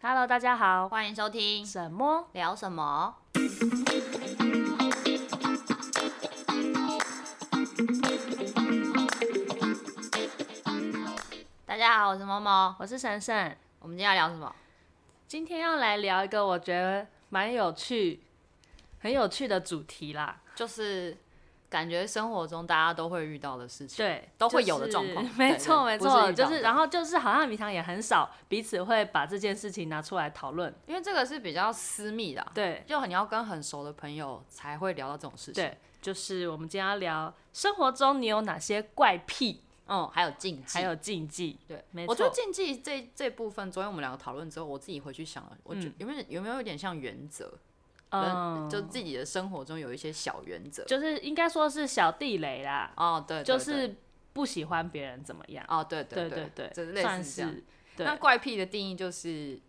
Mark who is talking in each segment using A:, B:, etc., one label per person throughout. A: Hello，大家好，
B: 欢迎收听
A: 什么？
B: 聊什么？大家好，我是某某。
A: 我是闪闪，
B: 我们今天要聊什么？
A: 今天要来聊一个我觉得蛮有趣、很有趣的主题啦。
B: 就是感觉生活中大家都会遇到的事情，
A: 对，
B: 都会有
A: 就是
B: 的状 况
A: 没错，
B: 对
A: 没
B: 对不
A: 错，
B: 是遇到的
A: 就是然后就是好像平常也很少彼此会把这件事情拿出来讨论。
B: 因为这个是比较私密的啊、
A: 对
B: 就很要跟很熟的朋友才会聊到这种事情。，
A: 对，就是我们今天要聊生活中你有哪些怪癖，
B: 嗯，还有禁忌，
A: 还有禁忌。
B: 对，
A: 没
B: 我觉
A: 错
B: 得禁忌这这部分，昨天我们两个讨论之后，我自己回去想了，我觉
A: 嗯
B: 有没有有没有有点像原则？
A: 嗯，
B: 就自己的生活中有一些小原则。
A: 就是应该说是小地雷啦，
B: 哦，对，对
A: 就
B: 对
A: 是不喜欢别人怎么样。
B: 哦，对
A: 对
B: 对
A: 对，
B: 就是类
A: 算
B: 似这样。
A: 是。对
B: 那怪癖的定义就是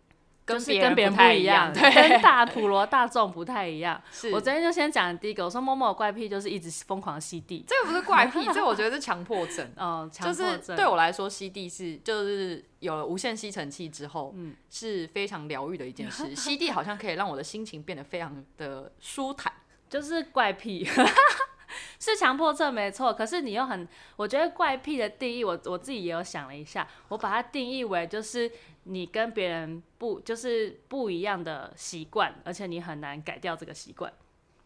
A: 就是
B: 别
A: 跟
B: 人
A: 别人
B: 太
A: 一
B: 样，
A: 跟
B: 对，
A: 大普罗大众不太一样。
B: 是。
A: 我昨天就先讲第一个，我说某某怪癖就是一直疯狂吸地，。
B: 这个不是怪癖，这我觉得是强迫症
A: 嗯，强
B: 就
A: 迫
B: 是
A: 症
B: 对我来说，吸地是就是有了无线吸尘器之后，
A: 嗯
B: 是非常疗愈的一件 事。吸地好像可以让我的心情变得非常的舒坦。
A: 就是怪癖。 是强迫症没错，可是你又很，我觉得怪癖的定义，我我自己也有想了一下，我把它定义为就是你跟别人不就是不一样的习惯，而且你很难改掉这个习惯。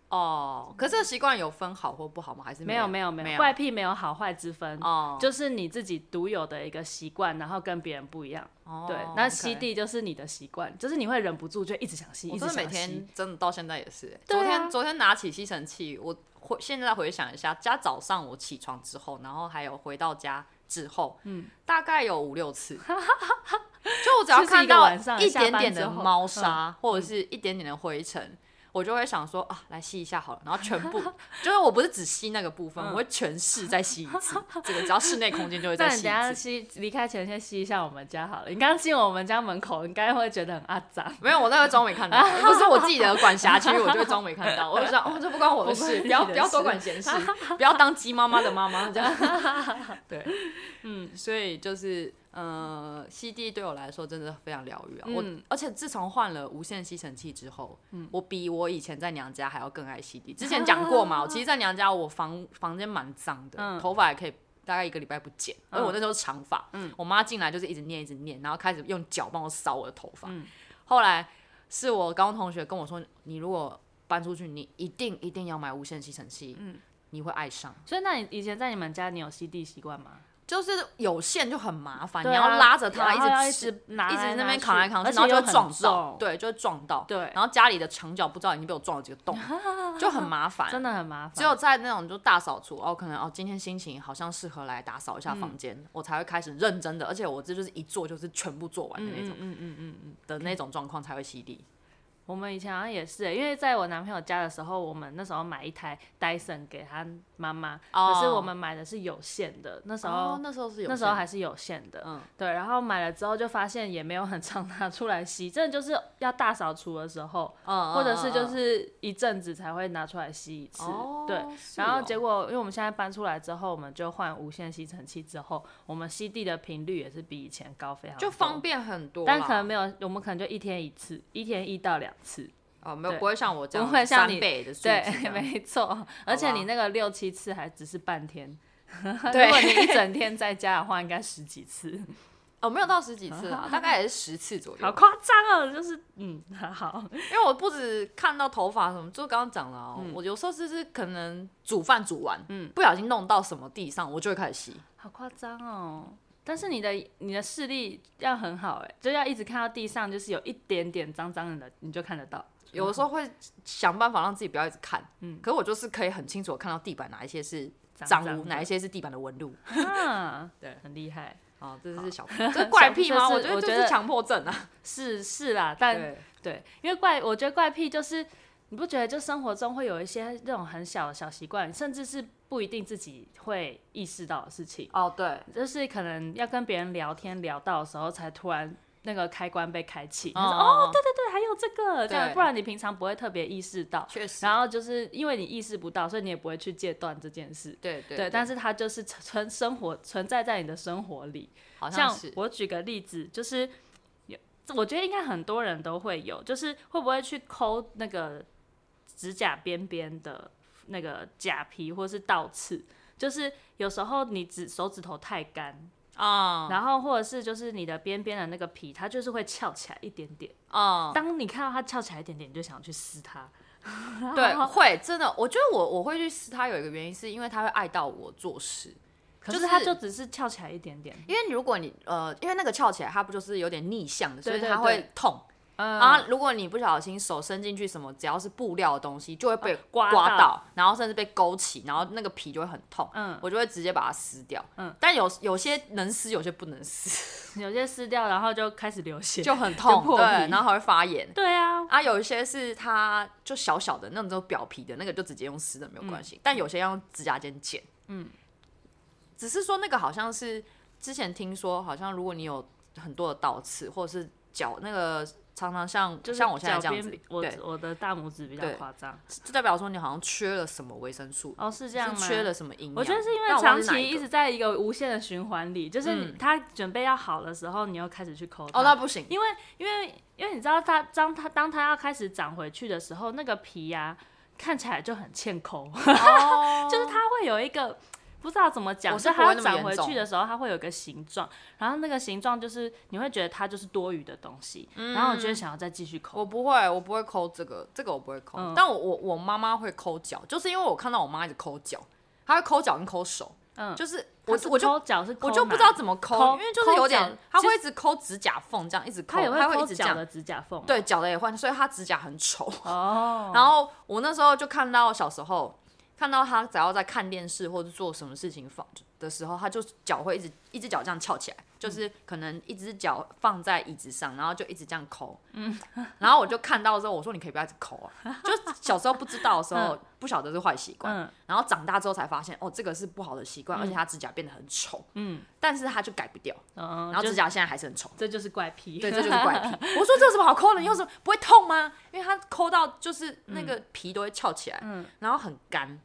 B: 哦，可是这个习惯有分好或不好吗？还是
A: 没
B: 有
A: 有没有没
B: 没
A: 有，怪癖没有好坏之分，
B: 哦，
A: 就是你自己独有的一个习惯，然后跟别人不一样。
B: 哦
A: 对，那
B: OK
A: 吸地就是你的习惯，就是你会忍不住就一直想吸，
B: 我
A: 一
B: 真
A: 直
B: 的每
A: 想吸。
B: 天真的到现在也是、欸
A: 对
B: 昨
A: 啊
B: 天昨天拿起吸尘器，我回现在回想一下，加早上我起床之后，然后还有回到家之后，嗯，大概有五 六次。就我只要
A: 就是一
B: 看
A: 个
B: 到
A: 晚上
B: 一
A: 下
B: 点
A: 班
B: 点
A: 之
B: 的
A: 后嗯
B: 猫砂、或者是一点点的灰尘，我就会想说啊，来吸一下好了。然后全 部就是我不是只吸那个部分，
A: 嗯
B: 我会全室再吸一次。这个只要室内空间就 会
A: 那
B: 再
A: 你等
B: 吸
A: 一下
B: 一次。
A: 吸离开前先吸一下我们家好了。你刚刚进我们家门口，应该会觉得很阿脏。
B: 没有，我那个装没 看到，不是我自己的管辖区，我就会装没看到。我就想，哦，这不关我的事，
A: 不关你的
B: 不要
A: 事
B: 不要多管闲事，不要当鸡妈妈的妈妈 这样。对，嗯，所以就是，呃，吸地对我来说真的非常疗愈啊。我
A: 嗯
B: 而且自从换了无线吸尘器之后，我比我以前在娘家还要更爱吸地。之前讲过嘛，我其实，在娘家我房房间蛮脏
A: 嗯
B: 的，头发也可以。大概一个礼拜不剪，而我那时候是长发，
A: 嗯
B: 我妈进来就是一直念一直念，然后开始用脚帮我扫我的头发，
A: 嗯
B: 后来是我高中同学跟我说，你如果搬出去，你一定一定要买无线吸尘器，
A: 嗯
B: 你会爱上。
A: 所以，那你以前在你们家，你有吸地习惯吗？
B: 就是有线就很麻烦，
A: 对
B: 你
A: 啊
B: 要拉着它
A: 然后要
B: 一
A: 一
B: 直吃，
A: 直拿
B: 一直
A: 来
B: 那
A: 拿
B: 边
A: 去
B: 扛来扛去，
A: 而且
B: 然后就
A: 又
B: 会
A: 很
B: 撞
A: 重
B: 到，对，就会撞到，
A: 对
B: 然后家里的墙角不知道已经被我撞了几个洞， 就很麻烦，
A: 真的很麻烦。
B: 只有在那种就大扫除哦，可能哦今天心情好像适合来打扫一下房
A: 嗯
B: 间，我才会开始认真的，而且我这就是一做就是全部做完的那种，嗯嗯嗯嗯的那种状况才会吸地。
A: 我们以前好像也是欸，因为在我男朋友家的时候，我们那时候买一台 Dyson 给他妈妈，可是
B: 哦
A: 我们买的是有线的，哦那时候、
B: 那时候是有
A: 那时候
B: 线
A: 还是有线的，
B: 嗯
A: 对。然后买了之后就发现也没有很常拿出来吸，真的就是要大扫除的时候，
B: 嗯哦
A: 或者是就是一阵子才会拿出来吸一次，对。然后结
B: 果
A: 果，因为我们现在搬出来之后，我们就换无线吸尘器之后，我们吸地的频率也是比以前高非常
B: 就
A: 多
B: 方，便很多啦，
A: 但可能没有，我们可能就一天一次，一天一到两次，
B: 哦，没有
A: 对
B: 不会像我这样
A: 不会像你
B: 三倍的数字这
A: 对，
B: 样
A: 没错。而且
B: 吧
A: 你那个六七次还只是半 天，
B: 对
A: 如果你一整天在家的话，应该十几次。
B: 哦，没有到十几次 啊，大概也是十次左
A: 好
B: 右。
A: 夸张哦，就是嗯， 好，
B: 因为我不止看到头发什么，就刚刚讲了哦，
A: 嗯
B: 我有时候就是可能煮饭煮完，嗯，不小心弄到什么地上，我就会开始吸。
A: 好夸张哦。但是你的你的视力要很好哎，就要一直看到地上就是有一点点脏脏的，你就看得到。
B: 有的时候会想办法让自己不要一直看，嗯，可是我就是可以很清楚地看到地板哪一些是脏
A: 脏
B: 污，
A: 的
B: 哪一些是地板的纹路。
A: 啊，
B: 对
A: 很厉害，
B: 哦，这是小， 这是怪癖
A: 这
B: 吗？
A: 是
B: 我觉得
A: 我
B: 就
A: 觉
B: 是
A: 得
B: 强迫症啊。
A: 是是啦，但
B: 对，
A: 对，因为怪，我觉得怪癖就是你不觉得就生活中会有一些那种很小的小习惯，甚至是不一定自己会意识到的事情，
B: 哦对，
A: 就是可能要跟别人聊天聊到的时候，才突然那个开关被开启，你
B: 哦
A: 说哦，对对对，还有这个，这样
B: 对
A: 不然你平常不会特别意识到，
B: 确实，
A: 然后就是因为你意识不到，所以你也不会去戒断这件事。
B: 对对
A: 对，但是它就是存生活存在在你的生活里，
B: 好像
A: 像
B: 是
A: 我举个例子，就是有我觉得应该很多人都会有，就是会不会去抠那个指甲边边的那个甲皮或是倒刺，就是有时候你指手指头太干，
B: 啊
A: 然后或者是就是你的边边的那个皮，它就是会翘起来一点点。
B: 啊，
A: 当你看到它翘起来一点点，你就想去撕它。哦
B: 对，会真的，我觉得我我会去撕它，有一个原因是因为它会碍到我做事。
A: 可
B: 就是是
A: 它就只是翘起来一点点，
B: 因为如果你呃，因为那个翘起来，它不就是有点逆向的，所以
A: 对对
B: 它
A: 对
B: 会痛。
A: 嗯
B: 然后如果你不小心手伸进去什么，只要是布料的东西，就会被
A: 哦刮
B: 到，
A: 到
B: 然后甚至被勾起，然后那个皮就会很痛。
A: 嗯
B: 我就会直接把它撕掉。
A: 嗯
B: 但有有些能撕，有些不能撕，
A: 有些撕掉，然后就开始流血。
B: 就很痛，
A: 破
B: 对，
A: 皮
B: 然后还会发炎。
A: 对啊，
B: 啊，有一些是它就小小的那种，就表皮的那个就直接用撕的没有关系，但有些要用指甲尖剪。
A: 嗯，
B: 只是说那个好像是之前听说，好像如果你有很多的倒刺，或者是脚那个常常像
A: 就是
B: 像我现在这
A: 脚
B: 样
A: 边
B: 子
A: 比，我
B: 对，
A: 我的大拇指比较
B: 对
A: 夸张。
B: 就代表说你好像缺了什么维生素，
A: 哦，是这
B: 这
A: 样吗？
B: 缺了什么营养。
A: 我觉得是因为
B: 但我忘
A: 长
B: 记哪
A: 期一
B: 个
A: 直在一个无限的循环里，就是你
B: 嗯
A: 它准备要好的时候，你又开始去抠它。
B: 哦，那不行，
A: 因为因为因为你知道它当它当它要开始长回去的时候，那个皮呀、看起来就很欠抠，
B: 哦
A: 就是它会有一个不知道怎么讲，
B: 我
A: 就是它
B: 不会那么
A: 长
B: 严
A: 回去
B: 重
A: 的时候，它会有一个形状，然后那个形状就是你会觉得它就是多余的东西，然后你就会想要再继续抠。
B: 嗯我不会，我不会抠这个，这个我不会抠。
A: 嗯
B: 但我我我妈妈会抠脚，就是因为我看到我妈一直抠脚，她会抠脚跟抠手，
A: 嗯
B: 就是我
A: 它是
B: 我就
A: 抠脚是抠
B: 我就
A: 哪
B: 不知道怎么
A: 抠
B: 抠，因为就是有
A: 抠脚
B: 点，她
A: 其实
B: 会一直抠指甲缝这样，一直抠，
A: 它也
B: 她会
A: 抠
B: 一直
A: 脚
B: 这
A: 啊
B: 样，
A: 的指甲缝。
B: 对脚的也换，所以她指甲很丑。
A: 哦，
B: 然后我那时候就看到小时候看到她只要在看电视或者做什么事情放的时候，她就脚会一直一只脚这样翘起来，就是
A: 嗯
B: 可能一只脚放在椅子上，然后就一直这样抠。嗯， 然后我就看到之后，我说你可以不要一直抠啊，就小时候不知道的时候，不晓得是坏习惯，
A: 嗯
B: 然后长大之后才发现哦，这个是不好的习惯，而且她指甲变得很丑，
A: 嗯
B: 但是她就改不掉，
A: 嗯，
B: 然后
A: 就
B: 指甲现在还是很丑。
A: 这就是怪癖。
B: 对，这就是 怪癖。我说这有什么好抠的？你
A: 嗯
B: 有什么不会痛吗？因为它抠到就是那个皮都会翘起来，
A: 嗯
B: 然后很干，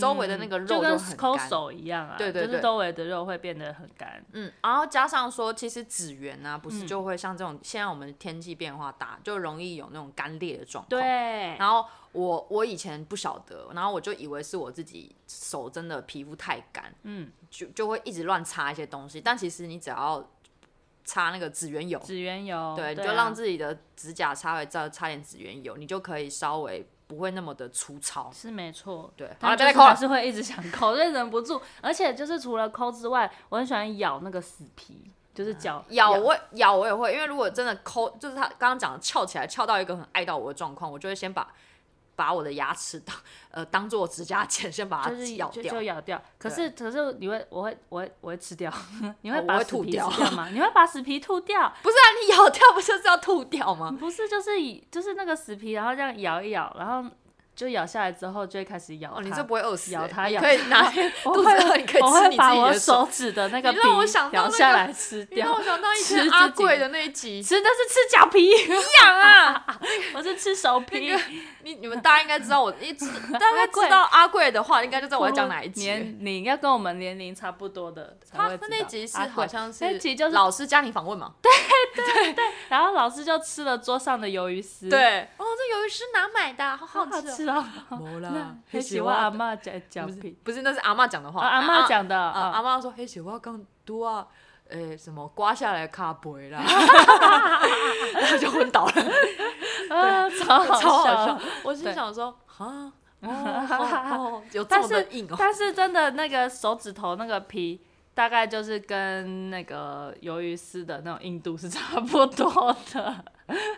B: 周围的那个肉
A: 就跟
B: 很
A: 抠
B: 干。
A: 手一样啊，
B: 对对
A: 就是
B: 对
A: 周围的肉会变得很干。
B: 嗯，然后加上说，其实指缘啊，不
A: 嗯
B: 是就会像这种，现在我们天气变化大，就容易有那种干裂的状
A: 对，
B: 况。。然后我我以前不晓得，然后我就以为是我自己手真的皮肤太干，
A: 嗯，
B: 就就会一直乱擦一些东西。但其实你只要擦那个指缘油，
A: 指缘油，
B: 对，你就
A: 啊
B: 让自己的指甲稍微再擦点指缘油，你就可以稍微不会那么的粗糙。
A: 是没错。
B: 对，好
A: 但
B: 了，
A: 就
B: 别再
A: 是
B: 抠
A: 还
B: 了。
A: 是会一直想抠，就忍不住。而且就是除了抠之外，我很喜欢咬那个死皮，就是脚
B: 嗯咬我咬我也会，因为如果真的抠，就是他刚刚讲的翘起来，翘到一个很碍到我的状况，我就会先把把我的牙齿当呃当做指甲剪，先把它
A: 就是
B: 咬
A: 就
B: 掉
A: 就。咬掉。可是可是你会，我会我会我会吃掉， 你会
B: 哦
A: 把
B: 我会
A: 死
B: 吐
A: 皮
B: 掉
A: 吃掉吗？你会把死皮吐掉？
B: 不是啊，你咬掉不就是要吐掉吗？
A: 不是，就是以就是那个死皮，然后这样咬一咬，然后就咬下来之后就会开始咬它。
B: 哦，你这不会饿死、欸？
A: 咬它
B: 你
A: 咬
B: 可以哪天
A: 我
B: 肚子
A: 会
B: 饿，你可以
A: 我
B: 吃
A: 会
B: 你
A: 把
B: 自己
A: 我
B: 的手。
A: 手指的 那个
B: 你
A: 皮
B: 让我想到
A: 咬
B: 那
A: 下
B: 个
A: 来吃
B: 你让
A: 掉
B: 我。想到以
A: 吃
B: 前
A: 自
B: 阿
A: 己
B: 贵的那一集，
A: 吃的是吃脚皮，
B: 痒啊！
A: 我是吃手皮。
B: 你你们大家应该知道我，一直大家
A: 贵
B: 知道阿贵的话，应该就知道我要讲哪一集了。
A: 年龄要跟我们年龄差不多的才
B: 他
A: 会知道。
B: 那集是
A: 阿贵
B: 好像是
A: 那集就是
B: 老师家庭访问嘛？
A: 然后老师就吃了桌上的鱿鱼丝，，
B: 对。哦，这鱿鱼是哪买的啊？好
A: 好好
B: 吃
A: 吃哦。
B: 哦。没
A: 那
B: 啦，
A: 很喜欢阿妈讲讲皮，
B: 不是，那是阿妈讲的话。
A: 啊阿妈讲的
B: 啊，啊
A: 啊，
B: 阿妈说黑喜欢刚嘟啊，诶，什么刮下来卡杯 啦， 然后就昏倒了，
A: 啊超好
B: 超好
A: 笑
B: 笑。。我心
A: 对
B: 想说，啊，哦哦， 哦有这
A: 但
B: 么
A: 是
B: 的硬哦。
A: 但是真的那个手指头那个皮，大概就是跟那个鱿鱼丝的那种硬度是差不多的。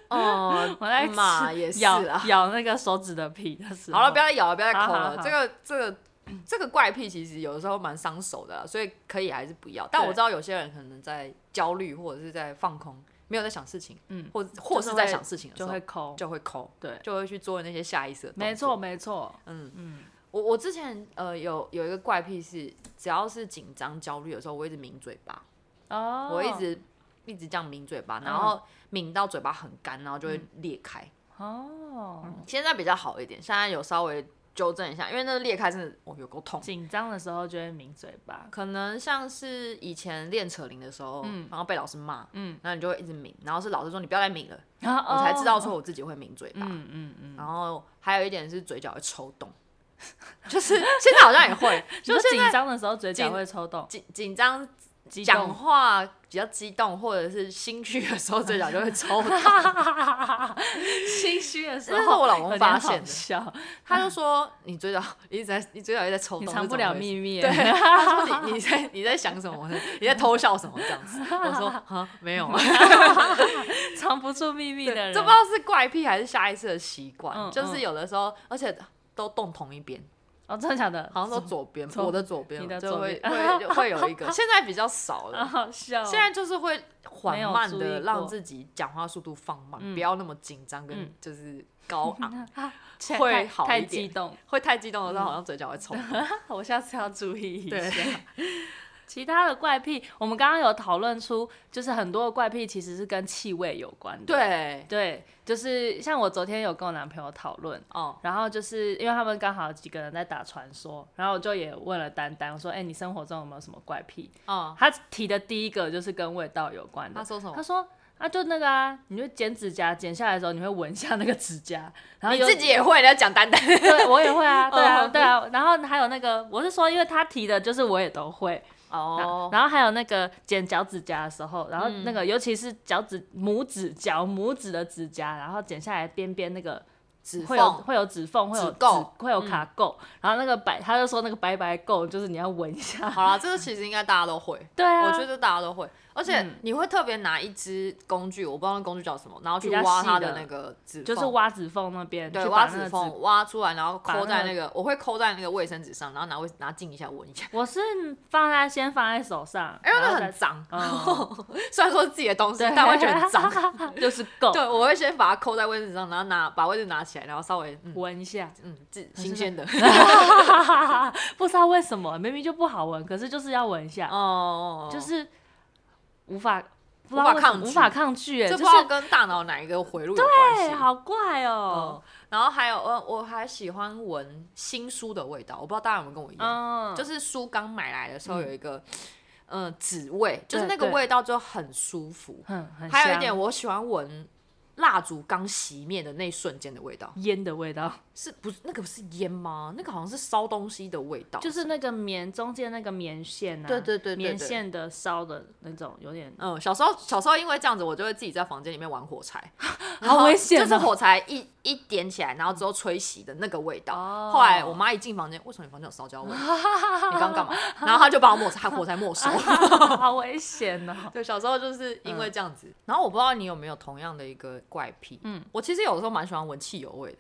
B: 哦，
A: 我在
B: 嘛
A: 吃
B: 也是
A: 咬
B: 啊。
A: 咬那个手指的皮的时候，
B: 好了，不要再咬了，不要再抠
A: 好好
B: 了。
A: 好
B: 这个这个这个怪癖其实有的时候蛮伤手的啊，所以可以还是不要。但
A: 对
B: 我知道有些人可能在焦虑或者是在放空，没有在想事情，
A: 嗯
B: 或或是在想事情的时
A: 就
B: 候
A: 会抠。
B: 就会抠，
A: 对，
B: 就会去做那些下意识的动作
A: 没错，没错，
B: 嗯
A: 嗯
B: 嗯。我我之前呃有有一个怪癖是，只要是紧张焦虑的时候，我一直抿嘴巴，
A: 哦，
B: 我一直一直这样抿嘴巴，
A: 嗯
B: 然后抿到嘴巴很干，然后就会裂开。
A: 哦，
B: 嗯现在比较好一点，现在有稍微纠正一下，因为那个裂开真的哦有够痛。
A: 紧张的时候就会抿嘴巴，
B: 可能像是以前练扯铃的时候，然后被老师骂，
A: 嗯
B: 然后你就会一直抿，然后是老师说你不要再抿了，
A: 然后
B: 我才知道
A: 哦
B: 说我自己会抿嘴巴。
A: 嗯嗯嗯，
B: 然后还有一点是嘴角会抽 动，就是现在好像也会，
A: 就
B: 就是
A: 紧
B: 现在
A: 张的时候嘴角
B: 紧
A: 会抽动，
B: 紧紧张
A: 激
B: 讲
A: 动，
B: 话比较激动，或者是心虚的时候，嘴角就会抽动。
A: 心虚的时
B: 这是
A: 候，
B: 我老公发现的，
A: 笑，
B: 他就说你嘴角一直在，你嘴角也在抽动，
A: 你藏不了秘
B: 密。
A: 密
B: 对，
A: 欸。
B: 他说你你在你在想什么？你在偷笑什么这样 子？我说啊没有啊，
A: 藏不住秘密的人，
B: 这不知道是怪癖还是下一次的习
A: 嗯
B: 惯，就是
A: 嗯
B: 有的时候，而且都动同一边，
A: 哦，真的假的？
B: 好像都左边，
A: 左
B: 我的左边
A: 你的
B: 就
A: 左
B: 会
A: 边
B: 会就会有 一个，现在比较少
A: 啊，
B: 了。
A: 好笑哦。
B: 现在就是会缓慢
A: 没有注意
B: 的
A: 过
B: 让自己讲话速度放慢，
A: 嗯
B: 不要那么紧张
A: 嗯
B: 跟就是高昂，
A: 现在
B: 会
A: 太
B: 好一
A: 太
B: 点
A: 激动，
B: 会太激动的时候好像嘴角会抽。
A: 我下次要注意一
B: 对
A: 下。其他的怪癖，我们刚刚有讨论出，就是很多的怪癖其实是跟气味有关的。
B: 对，
A: 对，就是像我昨天有跟我男朋友讨论，
B: 哦，
A: 然后就是因为他们刚好几个人在打传说，然后我就也问了丹丹，我说：“哎、你生活中有没有什么怪癖
B: 哦？”，
A: 他提的第一个就是跟味道有关
B: 他
A: 的，
B: 说什
A: 他
B: 么？
A: 说：“啊，就那个啊，你就剪指甲，剪下来的时候你会闻一下那个指甲，然后
B: 你
A: 有
B: 自己也会，你要讲丹丹。
A: 对我也会啊，对 啊，
B: 嗯
A: 对啊，然后还有那个，我是说，因为他提的，就是我也都会，
B: 哦，嗯
A: 然后还有那个剪脚趾甲的时候，然后那个尤其是脚趾拇指脚拇指的指甲，然后剪下来边边那个
B: 指
A: 会有
B: 缝
A: 会有指缝，会有
B: 指垢嗯
A: 指会有卡垢，然后那个白他就说那个白白垢就是你要闻一 下，
B: 好啦，这个其实应该大家都会，
A: 对啊，
B: 我觉得大家都会，而且
A: 嗯
B: 你会特别拿一支工具，我不知道那工具叫什么，然后去
A: 比较
B: 挖
A: 细
B: 它
A: 的
B: 的那个指缝，
A: 就是挖指缝那边，
B: 对
A: 去
B: 挖
A: 把那
B: 指
A: 个
B: 缝挖出来，然后
A: 把那
B: 抠在
A: 个
B: 那个，我会抠在那个卫生纸上，然后拿卫拿近一下闻一下，
A: 我是放在先放在手上，
B: 因为哎那
A: 然后
B: 很
A: 再
B: 脏，
A: 嗯
B: 虽然说是自己的东西，
A: 对，
B: 但会觉得 很脏。
A: 脏，就是垢，
B: 对，我会先把它扣在位置上，然后拿把位置拿起来，然后稍微嗯
A: 闻一下。
B: 嗯自新鲜的。
A: 不知道为什么，明明就不好闻，可是就是要闻一下，
B: 哦，
A: 就是无法不知
B: 无
A: 道
B: 法
A: 为什
B: 抗
A: 么无
B: 拒
A: 法抗拒、哎，
B: 这
A: 就
B: 不知
A: 是
B: 道跟大脑哪一个回路有关
A: 哎、
B: 系。
A: 好怪
B: 哦
A: 哦、，
B: 然后还有我我还喜欢闻新书的味道，我不知道大家有没有跟我一样，
A: 嗯，
B: 就是是书刚买来的时候有一个嗯纸味，就是
A: 对
B: 那个
A: 对
B: 味道就很舒服。
A: 很很
B: 还有一
A: 香
B: 点，我喜欢闻蜡烛刚熄灭的那一瞬间的味道，
A: 烟的味 道，
B: 是不是那个是烟吗？那个好像是烧东西的味道，
A: 就是那个棉中间那个棉线啊，
B: 对对对对对
A: 棉线的烧的那种，有 点
B: 嗯，小时候小时候因为这样子，我就会自己在房间里面玩火柴，
A: 好危险哦
B: 就是火柴一一点起来，然后之后吹熄的那个味道。
A: 哦
B: 后来我妈一进房间，为什么你房间有 烧焦味？你刚刚干嘛？然后她就把我抹柴火柴没收。
A: 好危险哦、
B: 对，小时候就是因
A: 嗯
B: 为这样子。然后我不知道你有没有同样的一个怪癖，嗯，我其实有的时候蛮喜欢闻汽油味的，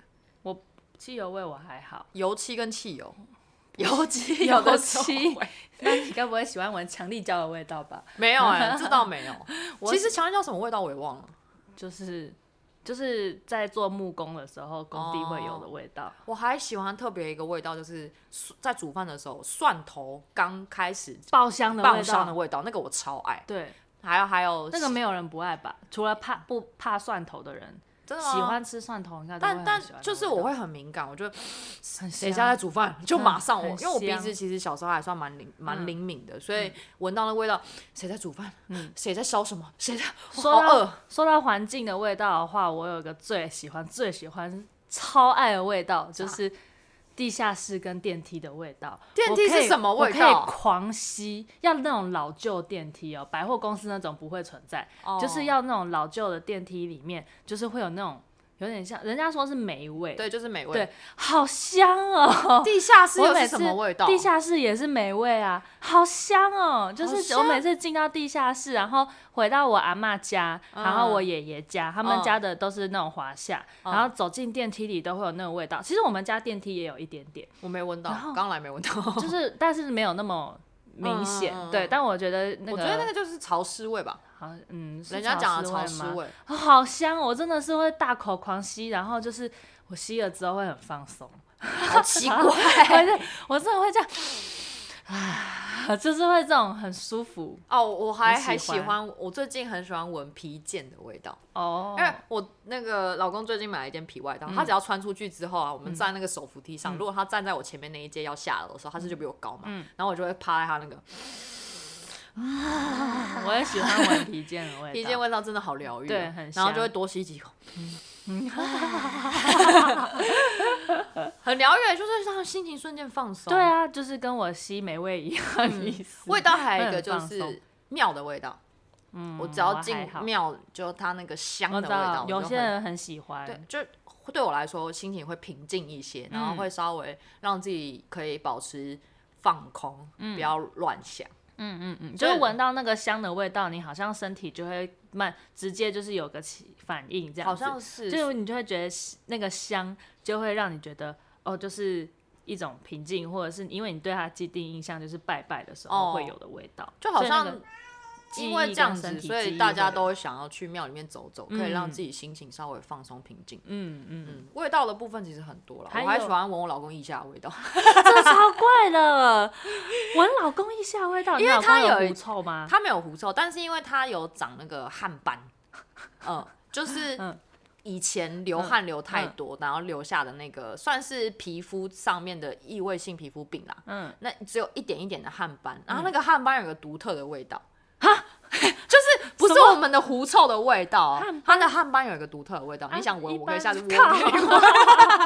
A: 汽油味我还好，
B: 油漆跟汽油， 油漆
A: 油
B: 的时候
A: 漆
B: 会
A: 那你该不会喜欢闻强力胶的味道吧？
B: 没有哎、这倒没有。
A: 我
B: 其实强力胶什么味道我也忘了，
A: 就是就是在做木工的时候，工地会
B: 哦
A: 有的味道。
B: 我还喜欢特别一个味道，就是蒜在煮饭的时候，蒜头刚开始
A: 爆香的
B: 爆
A: 味
B: 香
A: 道，
B: 的味道，那个我超爱。
A: 对，
B: 还有还有
A: 那个没有人不爱吧？除了怕不怕蒜头的人，
B: 真的吗
A: 喜，欢吃蒜头应该都会
B: 啊但
A: 很
B: 但
A: 喜欢
B: 就是
A: 那个
B: 我
A: 味道
B: 会很敏感，我就
A: 很
B: 等
A: 谁
B: 一下在煮饭就马上我，
A: 很
B: 因为我鼻
A: 香
B: 子其实小时候还算蛮灵蛮灵敏的，所以闻到那味道，谁在煮饭
A: 嗯，
B: 谁在烧什么，谁在我
A: 说
B: 好饿
A: 到。说到环境的味道的话，我有一个最喜欢最喜欢超爱的味道，就是地下室跟电梯的味道。
B: 电梯
A: 我可以
B: 是什么味
A: 我可
B: 道
A: 以狂吸，要那种老旧电梯哦，百货公司那种不会存在，
B: 哦
A: 就是要那种老旧的电梯里面，就是会有那种有点像人家说是霉味，
B: 对，就是美味
A: 对。好香哦。
B: 地下室
A: 我
B: 又
A: 每
B: 是
A: 次
B: 什么味道？
A: 地下室也是美味啊，好香哦！就
B: 好
A: 是
B: 香
A: 我每次进到地下室，然后回到我阿嬷家，
B: 嗯
A: 然后我爷爷家，他们
B: 嗯
A: 家的都是那种华夏，
B: 嗯
A: 然后走进电梯里都会有那个味道。其实我们家电梯也有一点点，
B: 我没闻到
A: 然后，
B: 刚来没闻到。
A: 就是但是没有那么明显。
B: 哦嗯嗯嗯嗯
A: 对，但我觉得那个，
B: 我觉得那个就是潮湿味吧，
A: 好，嗯，是
B: 人家讲的
A: 潮
B: 潮湿
A: 吗、
B: 味。
A: 哦好香！我真的是会大口狂吸，然后就是我 吸了之后会很放松。
B: 好奇怪，
A: 我是我真的会这样，就是会这种很舒服
B: 哦，我还
A: 很喜
B: 还喜
A: 欢
B: 欢，我最近很喜欢闻皮件的味道，
A: 哦嗯
B: 因为我那个老公最近买了一件皮外套，他只要穿出去之后啊，我们站那个手扶梯上，如果他站在我前面那一阶要下楼的时候，他是就比我高嘛，
A: 嗯
B: 然后我就会趴在他那个
A: 我也喜欢闻皮件的味道，
B: 皮件味道真的好疗愈哦，
A: 对很
B: 然后
A: 香嗯
B: 就会多吸几口， 很疗愈，就是让心情瞬间放松。
A: 对，啊，就是跟我吸霉味一样的
B: 嗯
A: 意思。
B: 味道还有一个
A: 会很
B: 就
A: 放松
B: 是庙的味道，
A: 嗯
B: 我只要进
A: 我还好
B: 庙，就它那个香的
A: 我
B: 味
A: 知
B: 道
A: 道，
B: 我就
A: 有
B: 很，
A: 些人很喜欢，
B: 对，就对我来说心情会平静一些，然
A: 嗯
B: 后会稍微让自己可以保持放空，不要乱想。
A: 嗯嗯嗯，
B: 所
A: 就
B: 以
A: 是闻到那个香的味道，你好像身体就会慢，直接就是有个起反应这样
B: 好
A: 子，
B: 像是，
A: 就你就会觉得那个香就会让你觉得哦，就是一种平静，或者是因为你对它既定印象就是拜拜的时候
B: 哦
A: 会有的味道，
B: 就好
A: 所以那个
B: 像
A: 记
B: 因
A: 忆
B: 为
A: 跟
B: 这样
A: 身
B: 子，
A: 体
B: 所
A: 记
B: 以
A: 忆
B: 大
A: 会嗯
B: 家
A: 的
B: 都会想要去庙里面走走，可以让
A: 嗯
B: 自己心情稍微放松平静。
A: 嗯嗯，
B: 嗯，味道的部分其实很多了，
A: 还
B: 我还
A: 有
B: 喜欢闻我老公腋下的味道，
A: 这 超怪的，闻老公腋下的味道，
B: 因为
A: 你老公
B: 他有
A: 有
B: 一
A: 狐臭吗？
B: 他没有狐臭，但是因为他有长那个汗斑，嗯，就 是
A: 嗯
B: 以前流汗流太多，然后留下的那个算是皮肤上面的异位性皮肤病啦，
A: 嗯，
B: 那只有一点一点的汗斑，然后那个汗斑有个独特的味 道。就是不是我们的狐臭的味道、哦，它的汗斑有一个独特的味道。你想闻，
A: 啊一
B: 我可以
A: 般
B: 下次闻。
A: 靠
B: 给你闻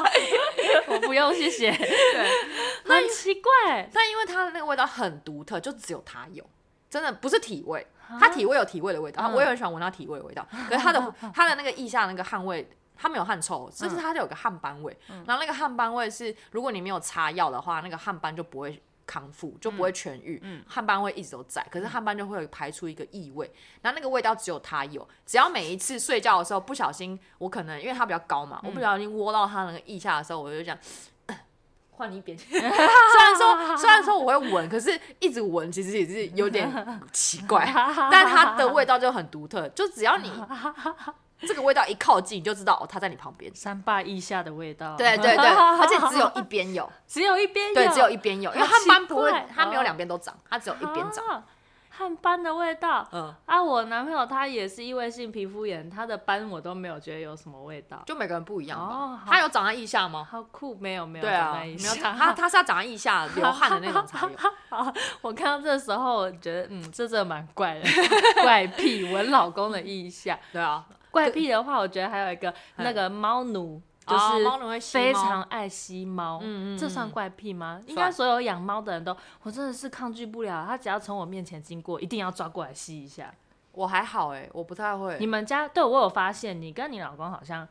A: 我不用，谢谢。 很奇怪，
B: 但因为它的那个味道很独特，就只有它有，真的不是体味，它体味有体味的味道，
A: 嗯。
B: 我也很喜欢闻它体味的味道。可是它的它的那个腋下那个汗味。它没有汗臭，只是它有个汗斑味。然后那个汗斑味是，如果你没有擦药的话，那个汗斑就不会康复，就不会痊愈。汗斑会一直都在，可是汗斑就会排出一个异味。然后那个味道只有它有，只要每一次睡觉的时候不小心，我可能因为它比较高嘛，我不小心窝到它那个腋下的时候，我就这样换你一边。虽然说虽然说我会闻，可是一直闻其实也是有点奇怪，但它的味道就很独特，就只要你这个味道一靠近，你就知道哦，它在你旁边
A: 三霸腋下的味道，
B: 对对对，而且只有一边有，
A: 只有一边
B: 对，只有
A: 一
B: 一边有，
A: 哎好
B: 因为汗斑不会
A: 奇怪，
B: 它没有两边都长，它只有一边长。
A: 长，汗啊斑的味道。
B: 嗯，
A: 啊，我男朋友他也是异位性皮肤炎，他的斑我都没有觉得有什么味道，
B: 就每个人不一样
A: 哦
B: 吧。
A: 好
B: 它有长在腋下吗？
A: 好酷，没有没有
B: 对啊，
A: 长在
B: 没
A: 一
B: 有
A: 起
B: 长，它它是要长在腋下流汗的那种才有。
A: 我看到这时候，我觉得嗯，这真的蛮怪的，怪癖，闻老公的腋下。
B: 对啊，
A: 怪癖的话，我觉得还有一个
B: 嗯
A: 那个猫奴，就
B: 哦
A: 是
B: 猫奴会吸
A: 非
B: 猫
A: 常爱吸猫，
B: 嗯嗯嗯
A: 这算怪癖吗？应该所有养猫的人都，我真的是抗拒不了，它啊只要从我面前经过，一定要抓过来吸一下。
B: 我还好哎，我不太会
A: 你，们家对我有发现，你跟你老公好像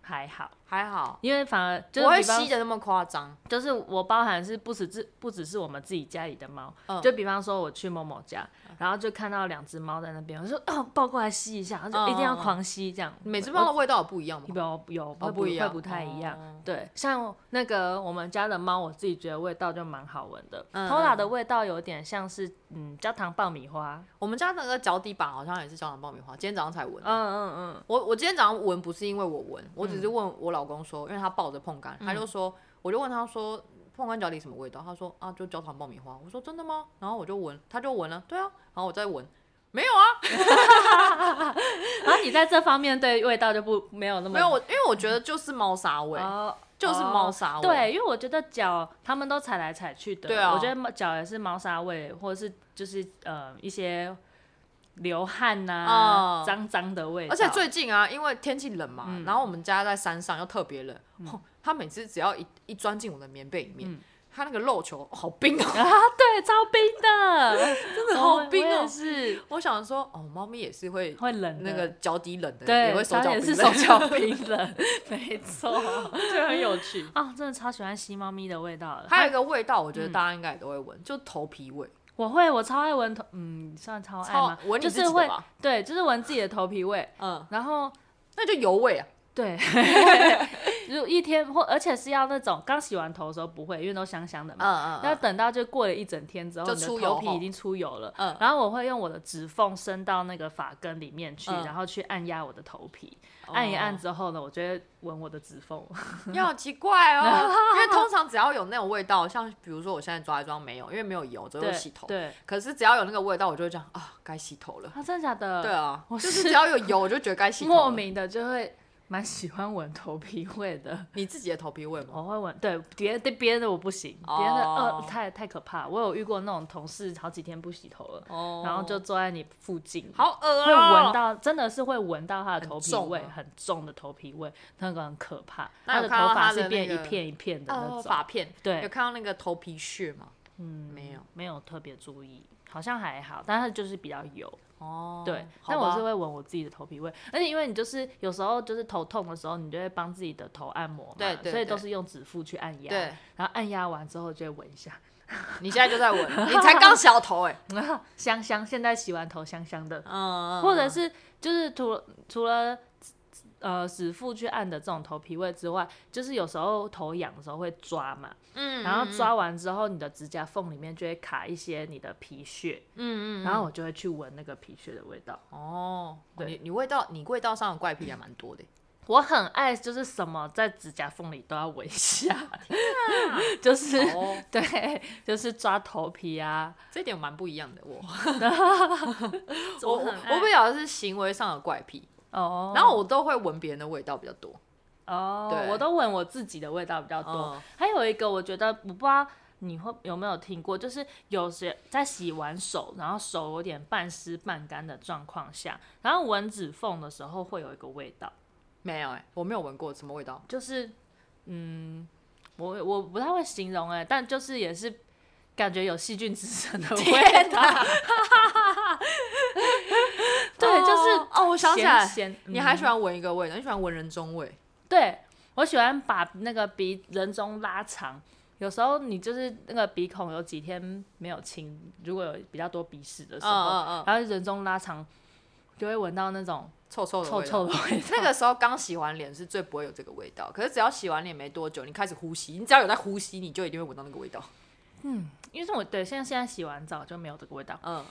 A: 还好，
B: 还好，
A: 因为反而就是
B: 不会
A: 比方
B: 吸的那么夸张。
A: 就是我包含是不只是不只是我们自己家里的猫，
B: 嗯
A: 就比方说我去某某家，然后就看到两只猫在那边，我就说哦抱过来吸一下，然后就一定要狂吸这样。
B: 嗯每只猫的味道有不一样吗
A: 一？有有
B: 哦
A: 会
B: 不一样
A: 会不太一样。
B: 哦
A: 对，像那个我们家的猫，我自己觉得味道就蛮好闻的。
B: 嗯
A: t o l a 的味道有点像是嗯焦糖爆米花，
B: 我们家那个脚底板好像也是焦糖爆米花，今天早上才闻
A: 嗯
B: 的。
A: 嗯嗯，
B: 我我今天早上闻不是因为我闻，我只是问我老公说，因为他抱着碰干，他就说，我就问他说。碰干脚底什么味道？他说啊，就焦糖爆米花。我说真的吗？然后我就闻，他就闻了，对啊，然后我再
A: 嗯
B: 闻，没有啊，
A: 然后你在这方面对味道就不没有那么
B: 没有我，因为我觉得就是猫砂味，
A: 哦
B: 就是猫砂味。
A: 对，因为我觉得脚他们都踩来踩去的，
B: 啊对啊
A: 我觉得猫脚也是猫砂味，或者是就是呃一些流汗呐、
B: 哦
A: 脏脏、的味道，
B: 而且最近啊，因为天气冷嘛，
A: 嗯
B: 然后我们家在山上又特别冷，吼它每次只要一一钻进我的棉被里
A: 嗯
B: 面，它那个肉球、哦好冰哦，
A: 啊，对，超冰的，
B: 真 的
A: 我
B: 好冰
A: 我
B: 哦
A: 也。是
B: 我想说，哦，猫咪也是会
A: 会冷的
B: 那个。脚底冷的，
A: 对，
B: 也会手
A: 它
B: 脚
A: 也
B: 冰
A: 是
B: 冷
A: 手脚 冰冷，没错，
B: 这很有趣。
A: 啊，真的超喜欢吸猫咪的味道的。
B: 还有一个味道，我觉得
A: 嗯
B: 大家应该也都会闻，就头皮味，
A: 我会，我超爱闻头，嗯，算超爱
B: 超
A: 吗？
B: 闻你
A: 就
B: 自己
A: 是
B: 的
A: 会，
B: 吧，
A: 对，就是闻自己的头皮味，
B: 嗯，
A: 然后
B: 那就油味啊，
A: 对，如一天或而且是要那种刚洗完头的时候不会，因为都香香的嘛。
B: 嗯
A: 要等到就过了一整天之后，
B: 就
A: 你的
B: 出油
A: 头皮
B: 后
A: 已经出油了。
B: 嗯
A: 然后我会用我的指缝伸到那个发根里面去，
B: 嗯
A: 然后去按压我的头皮。
B: 哦
A: 按一按之后呢，我就会闻我的指缝。
B: 你好奇 怪哦，因为通常只要有那种味道，像比如说我现在抓一抓没有，因为没有油，只有
A: 对
B: 洗头。
A: 对
B: 可是只要有那个味道，我就会讲啊，该洗头了。
A: 啊，真的假的？
B: 对啊，
A: 我
B: 就是
A: 是
B: 只要有油，我就觉得该洗头了。
A: 莫名的就会蛮喜欢闻头皮味的。
B: 你自己的头皮味吗？
A: 我会闻，对别的别人的我不行，
B: 哦
A: 别人的呃太太可怕。我有遇过那种同事好几天不洗头了，
B: 哦
A: 然后就坐在你附近，
B: 好恶哦
A: 会闻。到，真的是会闻到他的头皮味
B: 很重吗
A: 很重的头皮味，那个很可怕。
B: 那
A: 的头
B: 有看到
A: 发
B: 他的
A: 是变
B: 那
A: 一
B: 个
A: 片一片的那
B: 哦，
A: 种，
B: 发片有
A: 对，
B: 看到那个头皮屑吗？
A: 嗯，
B: 没有
A: 没有特别注意，好像还好，但是就是比较油。
B: 哦，
A: 对，
B: 好
A: 但我
B: 吧
A: 是会闻我自己的头皮味，而且因为你就是有时候就是头痛的时候，你就会帮自己的头按摩嘛，
B: 对对
A: 所以
B: 对
A: 都是用指腹去按压，
B: 对，
A: 然后按压完之后就会闻一下，
B: 你现在就在闻， 你才刚小头哎，
A: 香香。现在洗完头香香的，
B: 嗯，
A: 或者是就是除除了呃指腹去按的这种头皮味之外，就是有时候头痒的时候会抓嘛，
B: 嗯
A: 然后抓完之后，你的指甲缝里面就会卡一些你的皮屑，
B: 嗯嗯
A: 然后我就会去闻那个皮屑的味道。
B: 哦，
A: 对
B: 你你味道你味道上的怪癖还蛮多的，
A: 我很爱，就是什么在指甲缝里都要闻一下，啊 就是、
B: 哦，
A: 对，就是抓头皮啊，
B: 这点蛮不一样的 我。我
A: 我
B: 我
A: 很
B: 我比较是行为上的怪癖，
A: 哦，
B: 然后我都会闻别人的味道比较多。
A: 哦，
B: 对
A: 我都闻我自己的味道比较多。
B: 嗯
A: 还有一个，我觉得我不知道你会有没有听过，就是有时在洗完手，然后手有点半湿半干的状况下，然后闻指缝的时候会有一个味道，
B: 没有哎、我没有闻过什么味道。
A: 就是嗯，我我不太会形容哎、但就是也是感觉有细菌滋生的 味道。
B: 哪！
A: 对，就是
B: 哦哦，我想起来，
A: 咸咸
B: 你还喜欢闻一个味道，你喜欢闻人中味。
A: 对我喜欢把那个鼻人中拉长。有时候你就是那个鼻孔有几天没有清，如果有比较多鼻屎的时候，
B: 嗯嗯嗯
A: 然后人中拉长，就会闻到那种
B: 臭臭的
A: 臭
B: 味道
A: 臭的味道。
B: 那个时候刚洗完脸是最不会有这个味道，可是只要洗完脸没多久，你开始呼吸，你只要有在呼吸，你就一定会闻到那个味道。
A: 因为我对现在现在洗完澡就没有这个味道，
B: 嗯，